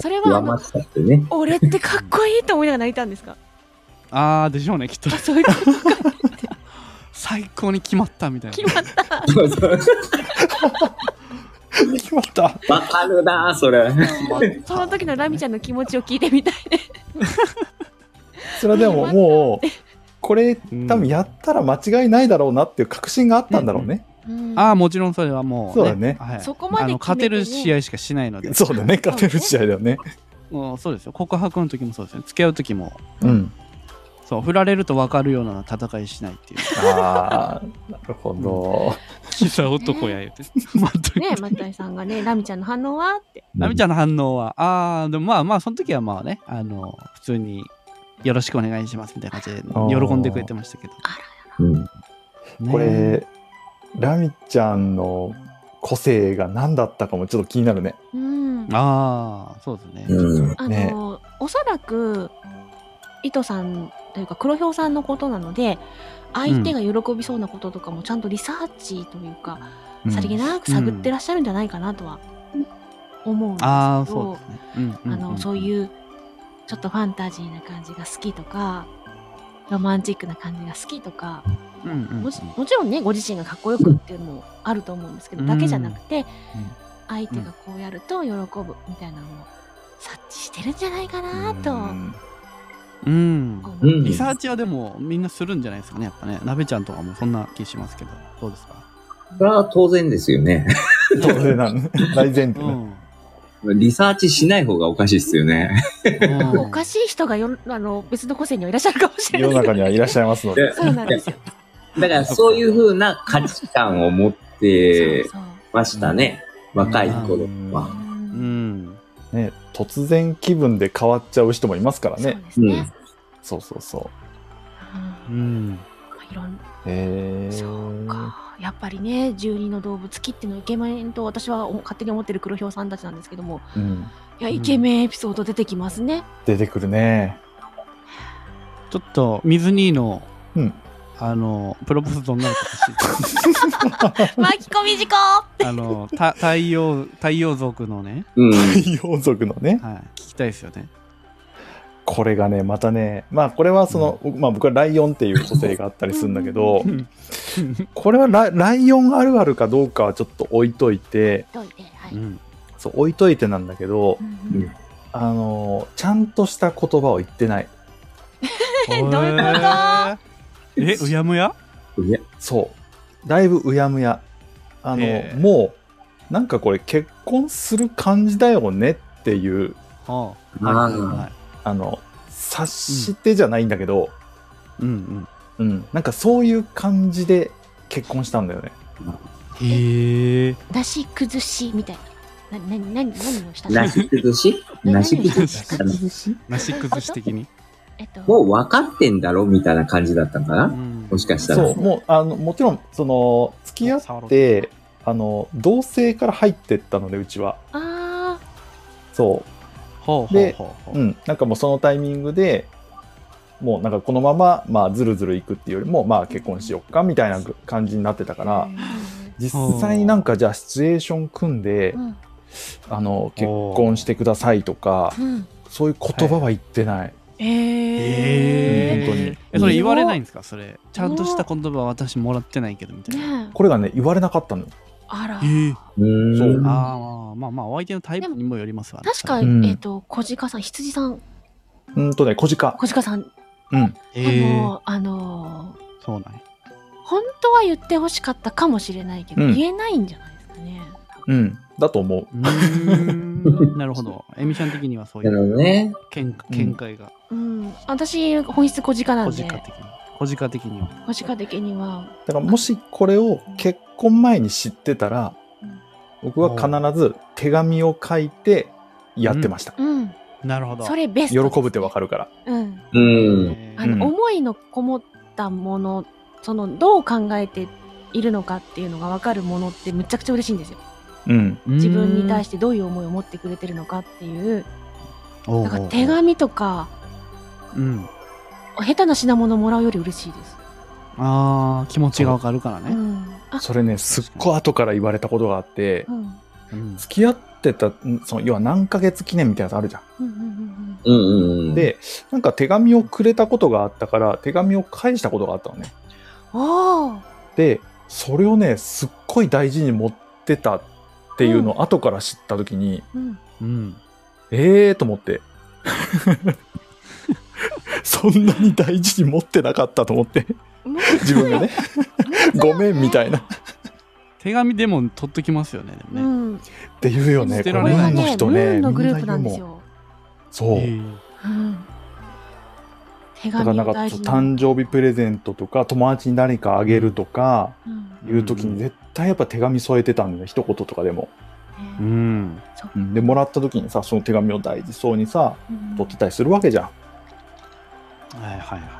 A: それは、あ
G: 上
A: の
G: 回、ったってね。
A: 俺ってかっこいいと思いながら泣いたんですか
H: ああでしょうねきっと
A: あ、そういうことか。
H: 最高に決まったみたいな
A: 決まった。
G: そうそう。
F: 決まった。
G: わかるな、それ。
A: その時のラミちゃんの気持ちを聞いてみたいね。
F: それはでももう、これ多分やったら間違いないだろうなっていう確信があったんだろうね。
H: ああもちろんそれはもう、
F: そうだね
H: はい、
A: そこまで
H: あの
A: 決
H: 勝
A: めてね
H: てる試合しかしないので
F: そうだね、勝てる試合だよね。
H: もうそうですよ告白の時もそうですよね付き合う時も
F: うん。
H: そう振られると分かるような戦いしない っていう
F: ああ、なるほど。
H: キザ男や言う て
A: ね松谷さんがね、ラミちゃんの反応はって。
H: ナミちゃんの反応はああでもまあまあその時はまあねあの普通によろしくお願いしますみたいな感じで
F: ー
H: 喜んでくれてましたけど、
G: うん。
H: ね
F: これ、ラミちゃんの個性が何だったかもちょっと気になる ね。
A: うん。
H: ああそうですね、
G: うん。
A: あ
F: ね
A: の、おそらく、糸さんというか黒ひょうさんのことなので、相手が喜びそうなこととかもちゃんとリサーチというか、さりげなく探ってらっしゃるんじゃないかなとは思うんですけど、
H: あ
A: あ
H: あそうですね、うんうんうん
A: のそういうちょっとファンタジーな感じが好きとかロマンチックな感じが好きとか
H: うんうんうん
A: もちもちろんねご自身がかっこよくっていうのもあると思うんですけど、だけじゃなくて
H: うん
A: 相手がこうやると喜ぶみたいなのを察知してるんじゃないかなと
F: うん
H: うん
A: 思う、
G: うん
H: リサーチはでもみんなするんじゃないですかねやっぱね鍋ちゃんとかもそんな気しますけどどうですか
G: それは当然ですよね。
F: 当然なの。大前提
H: う
F: ね。
H: ん
G: リサーチしない方がおかしいっすよね。
A: おかしい人がよあの別の個性にはいらっしゃるかもしれ
F: 世
A: な
F: の
A: い
F: 中にはいらっしゃいますので。
A: そうなんですよ
G: だからそういうふうな価値観を持ってましたね。若い頃は。
H: うん。
F: ね、突然気分で変わっちゃう人もいますから
A: そう
F: ね。
A: ですね。
F: そうそうそう。
A: うん
H: うん。
A: まあいろん
F: へえ。
A: そうかやっぱりね十二の動物切ってのイケメンと私はお勝手に思ってる黒ひょうさんたちなんですけども
F: うん。
A: いや
H: うん
A: イケメンエピソード出てきますね、
F: 出てくるね。
H: ちょっと、水兄の、
F: うん
H: あの、プロポーズどんなのか欲し
A: 巻き込み事故
H: い。あの、た太陽、太陽族のね、
G: うん。
F: 洋族のね。
H: はい、聞きたいですよね。
F: これがね、またね、まあこれはその、僕まあ僕はライオンっていう個性があったりするんだけど、 これはラライオンあるあるかどうかはちょっと置いといて、
A: どいてはい、
H: うん。
F: そう置いといてなんだけど、
A: うん
F: あの、ちゃんとした言葉を言ってない。
H: え、どういうことえ、うやむや
F: そう。だいぶうやむや。あの、
H: ええ
F: もう、なんかこれ結婚する感じだよねっていう、
H: はあ。
G: あ
H: はい
G: ー
H: はいはい。
F: あの、察してじゃないんだけど、
H: うん
F: うん、なんかそういう感じで結婚したんだよね。
H: うん。へえ。
A: なし崩しみたいななな何何をしたの
G: なし崩しなし崩しかな
H: なし崩し的に。
A: えっと
G: もう分かってんだろみたいな感じだったのか
H: う
G: なんもしかしたら。
F: そう、もう、あの、もちろん、その、付き合って、あの、同性から入ってったので、うちは。
A: あ
F: そ
H: ほうほうほうほ
F: う。う
H: う。
F: ん。なんかもうそのタイミングで、もうなんかこのまま、まあ、ずるずるいくっていうよりも、まあ、結婚しよっか、みたいな感じになってたから、実際になんかじゃあシチュエーション組んで
A: ーうん
F: あの結婚してくださいとか
A: うん
F: そういう言葉は言ってない、
A: え
F: ー本当に
H: え、それ言われないんですかそれ。ちゃんとした言葉は私もらってないけど、みたいな。
A: ねえ
F: これがね言われなかったのよ
A: あら
H: え
G: うーん。
H: ああ、まあまあ、お相手のタイプにもよりますわね。
A: 確か、
F: うん
A: えっと小鹿さん羊さん
F: うんとね小鹿
A: 小鹿さん
F: うん
A: あ
H: ええ。
A: のあの
H: そうなんや
A: 本当は言ってほしかったかもしれないけど、
F: うん
A: 言えないんじゃないですかね。
F: うんだと思う
H: うーんなるほど。エミちゃん的にはそうい
G: なるほ
H: う
G: どね。
H: 見見解が、
A: うん、私本質小鹿な
H: 小
A: んで
H: 鹿的に。小鹿的には。
A: 小鹿的には
F: だからもしこれを結婚前に知ってたら僕は必ず手紙を書いてやってました、
A: うん
H: なるほど。
A: それベス
F: 喜
A: トです
F: ぶってわかるから
A: うん
G: うん。
H: え
A: あ
H: ー。
A: の、
F: うん
A: 思いのこもったものそのどう考えているのかっていうのがわかるものってむちゃくちゃ嬉しいんですよ
F: うん
A: 自分に対しててどういう思いを持ってくれてるのかっていう
H: おうお
A: だ
H: う
A: から手紙とか
H: うん。
A: 下手な品物もらうより嬉しいです、
H: ああ、気持ちがわかるから
A: う
H: ね。
A: んあ
F: それねすっごい後から言われたことがあって
A: うんうん
H: うん
F: 付き合ってたんその要は何ヶ月記念みたいなやつあるじゃん
A: うんうん
G: うんうんうん。、
F: で、なんか手紙をくれたことがあったから、手紙を返したことがあったのね。
A: うんおー
F: で、それをね、すっごい大事に持ってたっていうのを後から知ったときに、
A: うん
H: うん。
F: えーと思って。 そんなに大事に持ってなかったと思って、
A: もう
F: 自分がね。 ごめんみたいな。っ
H: 手紙でも取っときますよね。で
A: う
H: もね
A: ん、
F: ていうよね。
H: 捨て
F: こ
H: ら
A: こ
H: れ
A: れ
F: れ
H: な
A: はい
F: ムーンの
A: ね
F: 人
A: ム
F: ね。
A: ーンの
F: み
A: グ
F: ん
A: ル
F: な
A: ープなんです
F: 言うもん。
A: よ、
F: そう。
H: えー
A: うん、手
F: だか
A: 紙
F: らなん
A: を
F: か
A: 大
F: ち
A: 事
F: ょっ
A: に
F: と誕生日プレゼントとか友達に誰かあげるとか
A: うん
F: いう時に絶対やっぱ手紙添えてたんだよね一言とかでも
H: う
A: ね
H: ん。
F: うんでもらった時にさその手紙を大事そうにさ
A: うん
F: 取ってたりするわけじゃ
H: はいはいは
F: ん。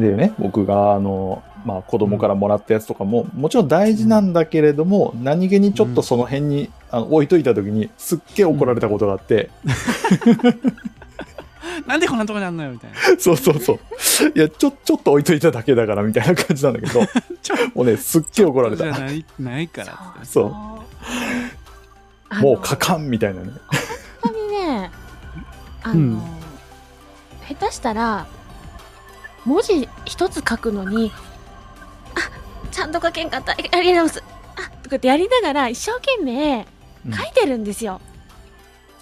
F: でね僕があの、まあ、子供からもらったやつとかももちろん大事なんだけれども、何気にちょっとその辺に、あの置いといた時にすっげえ怒られたことがあって、
H: い。なんでこんなとこにあんのよみたいな。
F: そうそうそういやちょちょっと置いといただけだからみたいな感じなんだけど
H: ちょ
F: もうねすっげえ怒られ
H: じゃ
F: た
H: ないないからっつって。
F: そう
A: あの
F: もうかかんみたいなね
A: 本当にねあの、
H: うん
A: 下手したら文字一つ書くのにあちゃんと書けんかったありがとうございますあとかってやりながら一生懸命書いてるんですよ、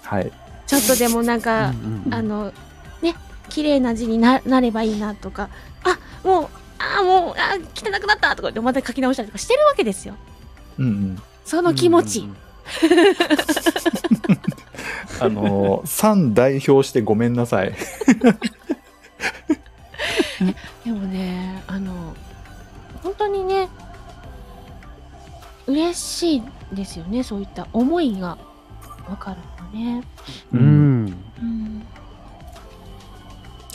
F: はい
A: ちょっとでもなんか、
H: うんうん
A: あのね綺麗な字にななればいいなとかあもうあもうあ汚くなったとかってまた書き直したりとかしてるわけですよ
F: うんうん
A: その気持ち、
H: うんうんうん
F: あ の3代表してごめんなさい
A: でもねあの本嬉しいですよねそういった思いがわかるのね、
H: う
F: うんん。
A: うん、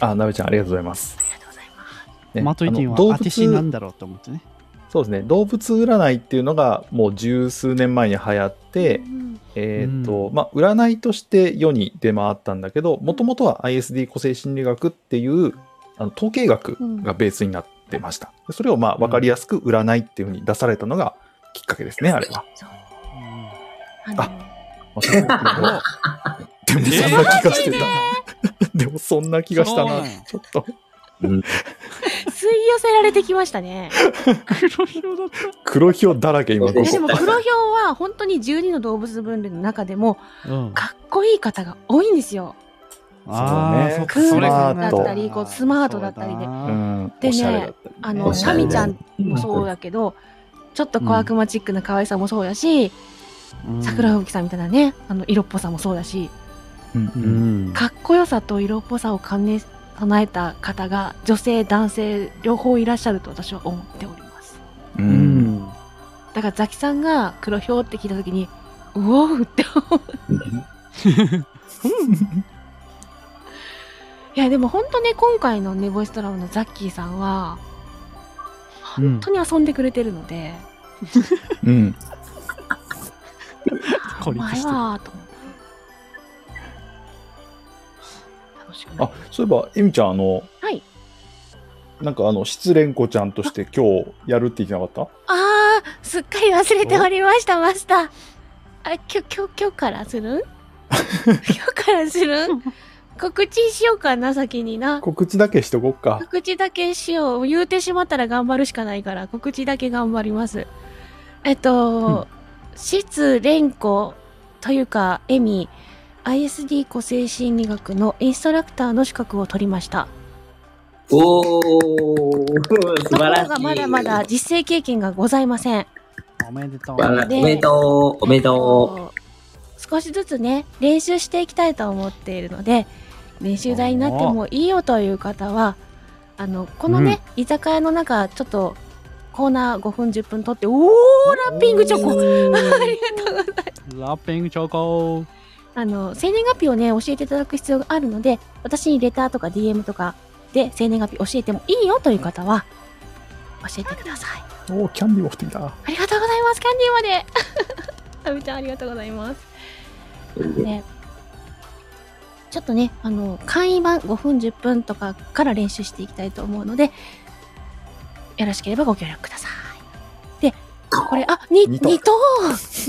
F: あ、なべちゃん、ありがとうございます。
A: ありがとうございます
F: ね
H: マトイティンは
F: あの動
H: アテシなん
F: 物
H: だろうと思ってね。
F: そうですね動物占いっていうのがもう十数年前に流行って、
A: うん
F: えーとまあ、占いとして世に出回ったんだけどもともとは ISD 個性心理学っていうあの統計学がベースになってました、でそれをまあ分かりやすく占いっていうふうに出されたのがきっかけですねあれは。
A: あの
F: でもでもそんな気がしてた、 でもそんな気がした
H: そう
F: な
H: なんや
F: ちょっと
A: 吸い寄せられてきました ね
H: 黒ひょだった。
F: 黒ひょだらけ今
A: い
F: こ
A: やで
F: そ
A: も黒ひょうは本当に12の動物分類の中でも
H: うん、
A: かっこいい方が多いんですよ
H: あ
F: そうね
H: ーそっか
A: ク
H: そ
A: ー
H: れ
A: ル
H: 考え
A: だったりこうスマートだったりで
H: そう
F: う
H: だなん
A: でね
F: おしゃれだったり
A: あ
F: お
A: の
F: し
A: シャ
F: ゃれ
A: ミち
F: だ
A: ゃんもそうだけどちょっと小悪魔チックな可愛さもそうだし、
H: うん
A: 桜吹雪さんみたいなねあの色っぽさもそうだし
F: うん
H: う
F: うん
H: ん。
A: かっこよさと色っぽさを兼ね備えた方が女性男性両方いらっしゃると私は思っております
F: う
H: うんん。
A: だからザキさんが黒ひょうって聞いた時にうおーって思ういやでも本当ね今回のねボイストラムのザッキーさんは
H: うん
A: 本当に遊んでくれてるので、
F: うん
H: 孤
A: お
H: 立
A: 前
H: してる。
A: はと思って楽しくな
F: あ
A: る
F: そういえば、えみちゃん、あの、
A: はい
F: なんかあの、失恋子ちゃんとして今日やるって言ってなかっ
A: あーすっかり忘れておりましたマスターあきょきょきょからす るん今日からするん告知しようかな先に
F: た
A: な
F: 告知だけしとこっか。
A: 告知だけしよう言うてしまったら頑張るしかないから告知だけ頑張りますえっと質蓮子というかエミ ISD 個性心理学のインストラクターの資格を取りました
G: おー、素
A: とこ
G: 晴らし
A: ろ
G: い。
A: がまだまだ実践経験がございません
H: おめでとう
G: 素。晴らし
A: で
G: いおめでとう、おめでと
A: 少しずつね練習していきたいと思っているので練習台になってもいいよという方はあのこのね、居酒屋の中ちょっとコーナー5分10分取っておーラッピングチョコありがとうございます
H: ラッピングチョコ。
A: あの生年月日をね教えていただく必要があるので私にレターとか DM とかで生年月日教えてもいいよという方は教えてください
F: おーキャンディーも降ってきた。
A: ありがとうございますキャンディーまで あみちゃんありがとうございます
G: う。
A: ね、ちょっとね、あの、簡易版5分10分とかから練習していきたいと思うので、よろしければご協力ください。で、これ、あ、に、二
F: 二等
A: 等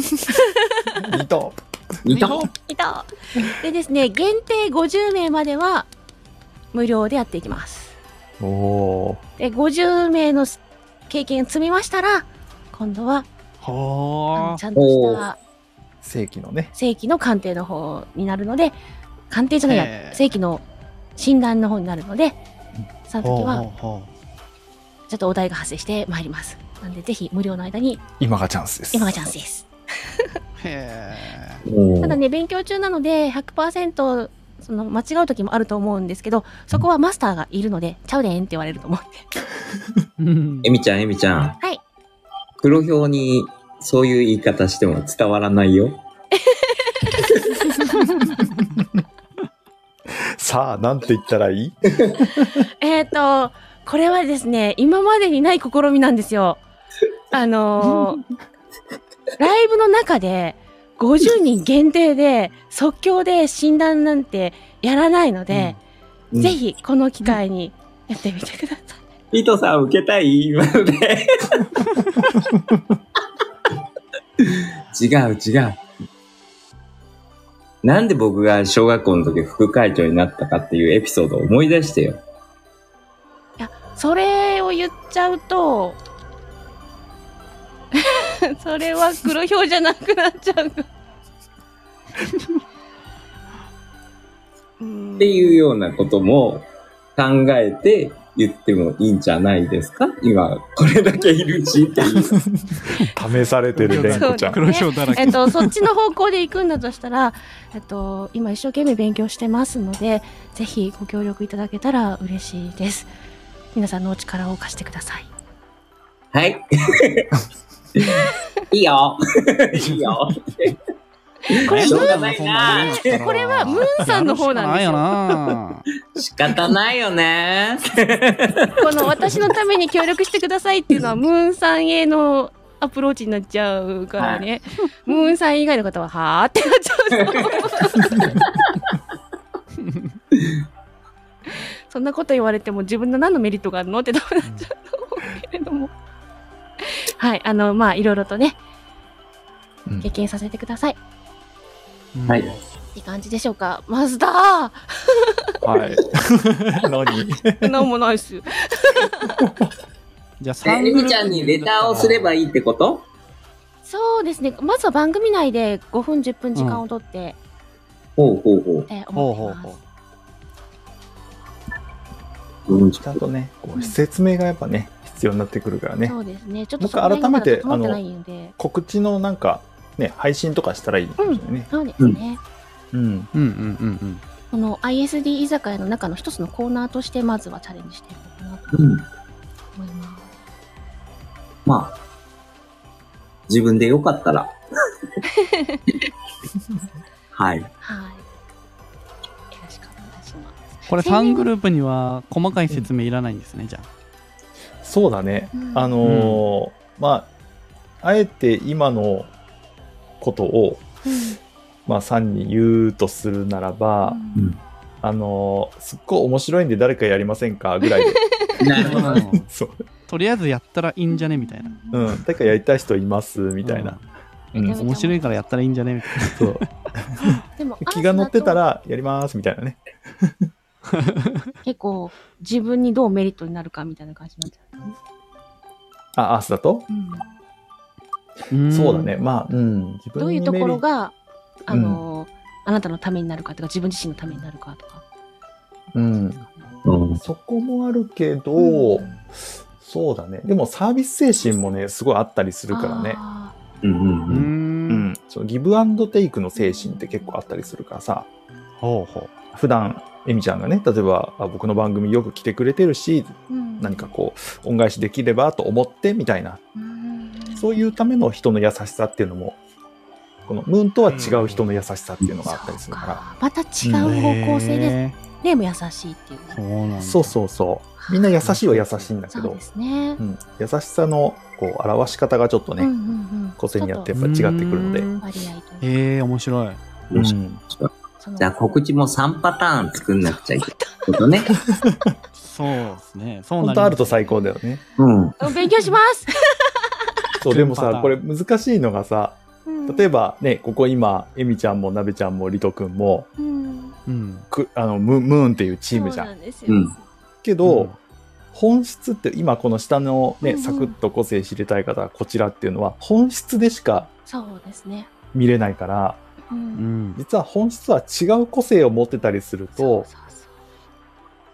F: 二等。
G: 二等
A: 二等でですね、限定50名までは無料でやっていきます。
F: おお
A: で、50名の経験を積みましたら、今度は、あ
H: は
A: のちゃんとした
F: ー、正規のね。
A: 正規の鑑定の方になるので鑑定じゃないや
H: へー
A: 正規の診断の方になるのでそ
H: あ。
A: の時は
H: は
A: ちょっとお題が発生してまいりますなんでぜひ無料の間に
F: 今がチャンスです。
A: 今がチャンスです
H: あ。へ
G: う。おー
A: ただね勉強中なので100%その間違う時もあると思うんですけどそこはマスターがいるので「ちゃうでん」って言われると思うんで
G: え。
H: え
G: みちゃん、えみちゃん。
A: はい。
G: 黒ひょうに、そういう言い方しても伝わらないよ。
F: さあ、なんて言ったらいい
A: えっとこれはですね今までにない試みなんです よあのーライブの中で50人限定で即興で診断なんてやらないので、
G: うん
A: ぜひこの機会にやってみてください。
G: ピートさん、受けたい 今ので。違う、違う。なんで僕が小学校の時副会長になったかっていうエピソードを思い出してよ。
A: それを言っちゃうと それは黒表じゃなくなっちゃうかうん
G: っていうようなことも考えて言ってもいいんじゃないですか今、これだけいるしっていう。
F: 試されてるレンコち
A: そ
F: ゃん。
A: う
H: 黒ひょだら
A: え
H: け
A: っ。と、そっちの方向で行くんだとしたら、えっと、今一生懸命勉強してますので、ぜひご協力いただけたら嬉しいです。皆さんのお力を貸してください。
G: はい。 いい よ。いいよ。
A: これ
H: え
A: ム
H: そうだ
A: ー
H: な
G: ない
H: そんなもんやったら
A: これはムーンさんの方なんですよ
H: やるし
G: 仕方ないよね。
A: この私のために協力してくださいっていう のはムーンさんへのアプローチになっちゃうからね、ムーンさん以外の方ははあってなっちゃうと思うそんなこと言われても自分の何のメリットがあるのって多分なっちゃうと思うけれどもはいあのまあいろいろとね
E: うん
A: 経験させてください、
H: か
G: は
H: ないいよな。
A: いい感じでしょうかマスダ
F: はい。何
A: ー 何もないっす
H: じ
G: え、
H: ゃあ三
G: エミちゃんにレターをすれば
H: い。
G: いいってこと
A: そうですねまずは番組内で5分10分時間をとって、
G: ほうほうほう。
A: って
H: ほ
A: 思っ
H: う
A: て
H: ほ
A: ま
H: う
A: す、
H: ほう。
G: うん
F: ちゃんとね、こう説明がやっぱね、必要になってくるからね
A: そ。うですね。ちょっ
F: も
A: と
F: う一回改めて
A: そこら辺がまだ整ってないので。
F: 告知のなんか、ね、配信とかしたらいいかもしれないね。
A: そうですね。
F: うん。
H: うんうんうんうん。
A: この ISD 居酒屋の中の一つのコーナーとして、まずはチャレンジしていこうかなと
G: うん。
A: 思います。
G: まあ、自分でよかった ら。は
A: は
G: い。
A: い。よろしくお願いします。
H: これファングループには細かい説明いらないんですね、じゃ
F: そうだね。
A: うん
F: あのーまあ、あえて今のことを、まあ、3に言うとするならば、あのーすっごい面白いんで誰かやりませんか ぐらいで。
G: なるほど。
H: あ。うん
F: そう。
H: とりあえずやったらいいんじゃねみたいな。
F: うん。誰かやりたい人いますみたいな。
A: うん
F: うん
A: めちゃめちゃ
H: 面白いからやったらいいんじゃねみたいな。
F: そう。
A: でも
F: 気が乗ってた。
A: アースだ
F: らやりますみたいなね。
A: と結構、自分にどうメリットになるかみたいな感じになっちゃ
F: あ、アースだと、
A: う。
F: そうだね。。まあ、うん。自分
A: どういう
F: に
A: ところ
F: メ
A: が、あの、あなたのためになるかとか、自分自身のためになるかとか。
F: リうん。
G: うん
F: そこもあるけど、
A: うん
F: そうだね。でもサービス精神もね、すごいあったりするからね。
A: あー
G: うんうん
H: う。
G: うん
F: うんん。そのギブアンドテイクの精神って結構あったりするからさ、
H: ほうほう。
F: 普段、エミちゃんがね、例えばあ僕の番組よく来てくれてるし、
A: うん
F: 何かこう、恩返しできればと思ってみたいな、
A: うん
F: そういうための人の優しさっていうのも、このムーンとは違う人の優しさっていうのがあったりするから、
A: また違う方向性で、
H: へ
A: でも優しいっていうね。
H: ーそうなんだ。
F: そうそうそう。みんな優しいは優しいんだけ
A: そう
F: ど
A: で、すね
F: う。ん、優しさのこう表し方がちょっと
A: うんうん
F: ね、
A: うん。
F: 個性によってや
A: ち
F: っぱ違ってくるので。
A: ょっと割合とね。
H: へえ、面白い。
G: うん
F: うん
A: その
G: じゃあ告知も3パターン作んなくちゃいけないってこと ね。
H: そうですね。そう
F: 本
H: なります
F: 当あると最高だよね。
G: うん。
A: うん勉強し ます。
F: そう、でも
H: パタ
F: さ
H: ー、ン
F: これ難しいのがさ、例えばね、ここ今、エミちゃんもなべちゃんもりとくんも、
A: うん
H: うん。
F: くあのムムーンっていうチームじゃ。
A: そうんなんです
G: う
A: よ。
G: ん
F: けど、
H: うん
F: 本質って今この下のね、
A: うんうん
F: サクッと個性知りたい方はこちらっていうのは、本質でしか
A: そうですね。
F: 見れないから、
A: う。
H: うんん。
F: 実は本質は違う個性を持ってたりすると
A: そう、そうそう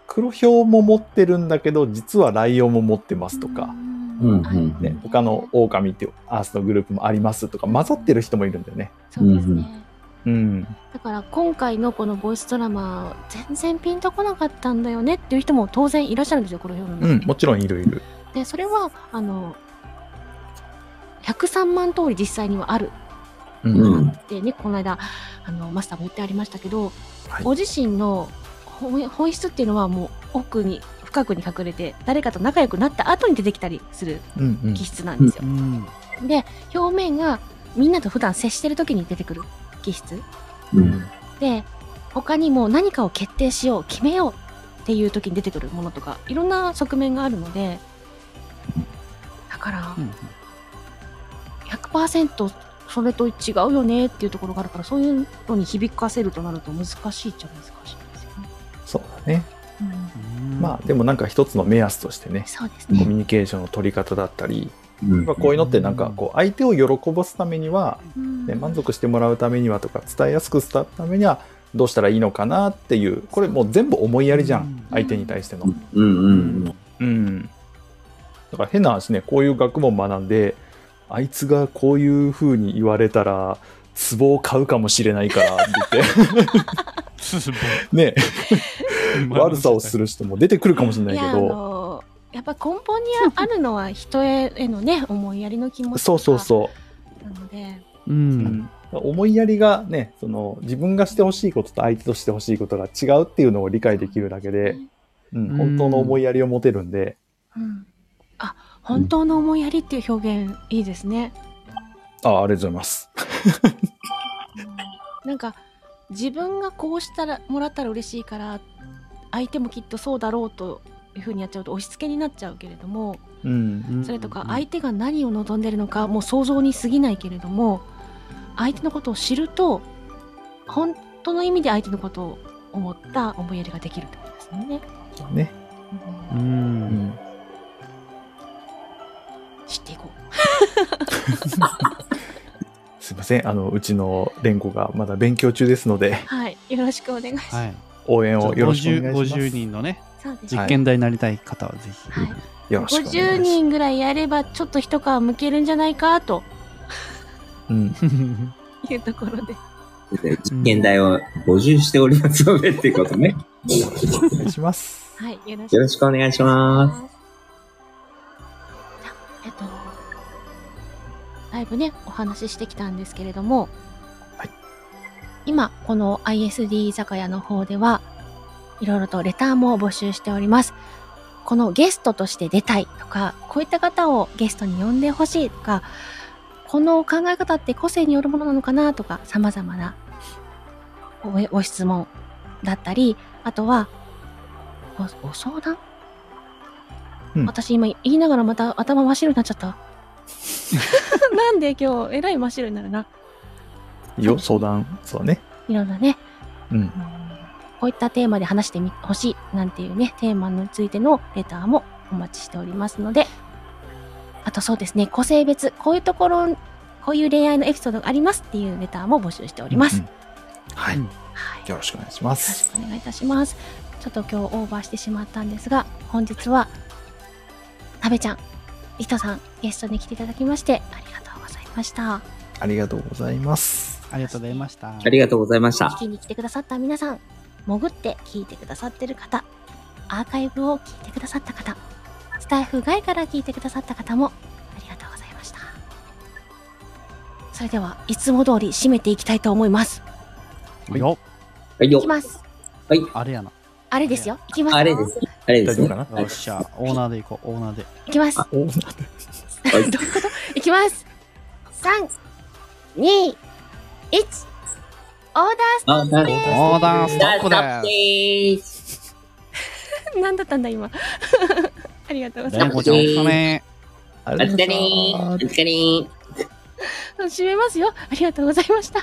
F: 黒ヒョウも持ってるんだけど、実はライオンも持ってますとか。
G: うんうん
A: ある
F: ね、他の狼っていうアースのグループもありますとか混ざってる人もいるんだよね。
A: そうです
G: うんう
A: ね。
F: うん、
A: だから今回のこのボイスドラマ全然ピンとこなかったんだよねっていう人も当然いらっしゃるんですよこの表の中
F: う
A: で
F: ん、もちろんいるいる。
A: でそれはあの103万通り実際にはある
F: うん
G: うん。
A: でねこの間あのマスターも言ってありましたけど、
F: はい
A: ご自身の本本質っていうのはもう奥に深くに隠れて誰かと仲良くなった後に出てきたりする
F: うんうん
A: 気質なんです
H: う
A: よ、
H: ん。
A: で表面がみんなと普段接してる時に出てくる気質
G: うん。
A: で他にも何かを決定しよう決めようっていう時に出てくるものとかいろんな側面があるのでだから
H: うん
A: 100%それと違うよねっていうところがあるからそういうのに響かせるとなると難しいっちゃ難しいですよね。
F: そうだね。
A: うん
F: まあでもなんか一つの目安としてね、
A: そうです
F: コ
A: ね。
F: ミュニケーションの取り方だったり、
G: うん
F: まあ、こういうのってなんかこう相手を喜ばすためには、ね、満足してもらうためにはとか伝えやすく伝うためにはどうしたらいいのかなっていうこれもう全部思いやりじゃ
H: うんん
F: 相手に対しての。
G: うんうんうん。
F: うん、だから変な話ねこういう学問学んであいつがこういうふうに言われたら壺を買うかもしれないからって言ってね悪さをす
H: る。
F: る人も出てくるかもしれ
A: い
F: ない
A: や
F: け
A: あ
F: ど
A: のやっぱ根本にああるのは人へへの ね思いやりの気持ちとか
F: そうそうそう
A: なので
H: うん。
F: 思いやりがねその自分がしてほしいことと相手としてほしいことが違うっていうのを理解できるだけで、うん
H: うん
F: 本当の思いやりを持てるんで、
A: うん、あ本当の思いやりっていう表現いいですね。
F: あありがとうございます。
A: なんか自分がこうしたらもらったら嬉しいから相手もきっとそうだろうというふうにやっちゃうと押し付けになっちゃうけれども
F: うん、
H: うん
A: それとか
H: うん
A: 相手が何を望んでるのかもう想像に過ぎないけれども相手のことを知ると本当の意味で相手のことを思った思いやりができるってことですよね。
F: ね、
H: う。
F: うんん、
A: 知っていこ
F: すいませんあのうちの連子がまだ勉強中ですので
A: う。はい、よろしくお願いします。
H: はい。
F: 応援をよろしくお願いします。
H: 50人のね、
A: そうですね
H: 実験台になりたい方はぜひ。
A: はい
F: よろしくお願いしま
A: 50
F: す
A: 人ぐらいやればちょっと一皮むけるんじゃないかと
F: うん、
A: いうところで
G: 実験台を募集しておりますのでっていうことね。
F: お願いします。
A: はいよろしく
G: よろしくお願いします。
A: えっとだいぶねお話ししてきたんですけれども、
F: はい
A: 今この ISD 居酒屋の方ではいろいろとレターも募集しておりますこのゲストとして出たいとかこういった方をゲストに呼んでほしいとかこの考え方って個性によるものなのかなとか様々なごご質問だったりあとはごご相談、
F: うん
A: 私今言いながらまた頭真っ白になっちゃった なんで今日えらい真っ白になるない
F: いよ相談そうね。
A: いろんなね
F: うん、
A: こういったテーマで話してみほしいなんていうね、テーマについてのレターもお待ちしておりますので、あとそうですね、個性別、こういうところ、こういう恋愛のエピソードがありますっていうレターも募集しております。
F: うんはい、
H: うん
A: はい。よ
F: よろしくお願いしま
A: ろし
F: す。
A: くお願いいたします。ちょっと今日オーバーしてしまったんですが、本日は、食べちゃん、リトさん、ゲストに来ていただきまして、ありがとうございました。
F: ありがとうございます。
H: ありがとうございました。
G: ありがとうございました
A: 聞。きに来てくださった皆さん、潜って聞いてくださってる方、アーカイブを聞いてくださった方、スタイフ外から聞いてくださった方も、ありがとうございました。それでは、いつも通り締めていきたいと思います。
H: いよ、
G: はい
A: い
G: よ
A: き。ます。
H: あれやな。
A: あれですよ。いきますよ。
G: あれです。あれで
F: 大
G: す
F: 丈夫
G: ね
F: か。な
H: よっしゃ、オーナーで行こう、オーナーで。
A: いきます。
F: お
A: どういうこといきます。3、2、1、オーダース
G: あ、なる
H: オーダーストッ
G: ほ
H: プ
G: ど。だって
H: で
G: ーす。
A: 何だったんだ、今。 ありがとうござ
H: す。
A: いま
H: レ
A: す
H: ン。コちゃん、お疲れ。
F: あ
G: お
F: りがとう
G: 疲
F: ござ
G: れ
F: い
G: ー。お
F: ます
G: 疲れー。
A: 閉めますよ。ありがとうございました。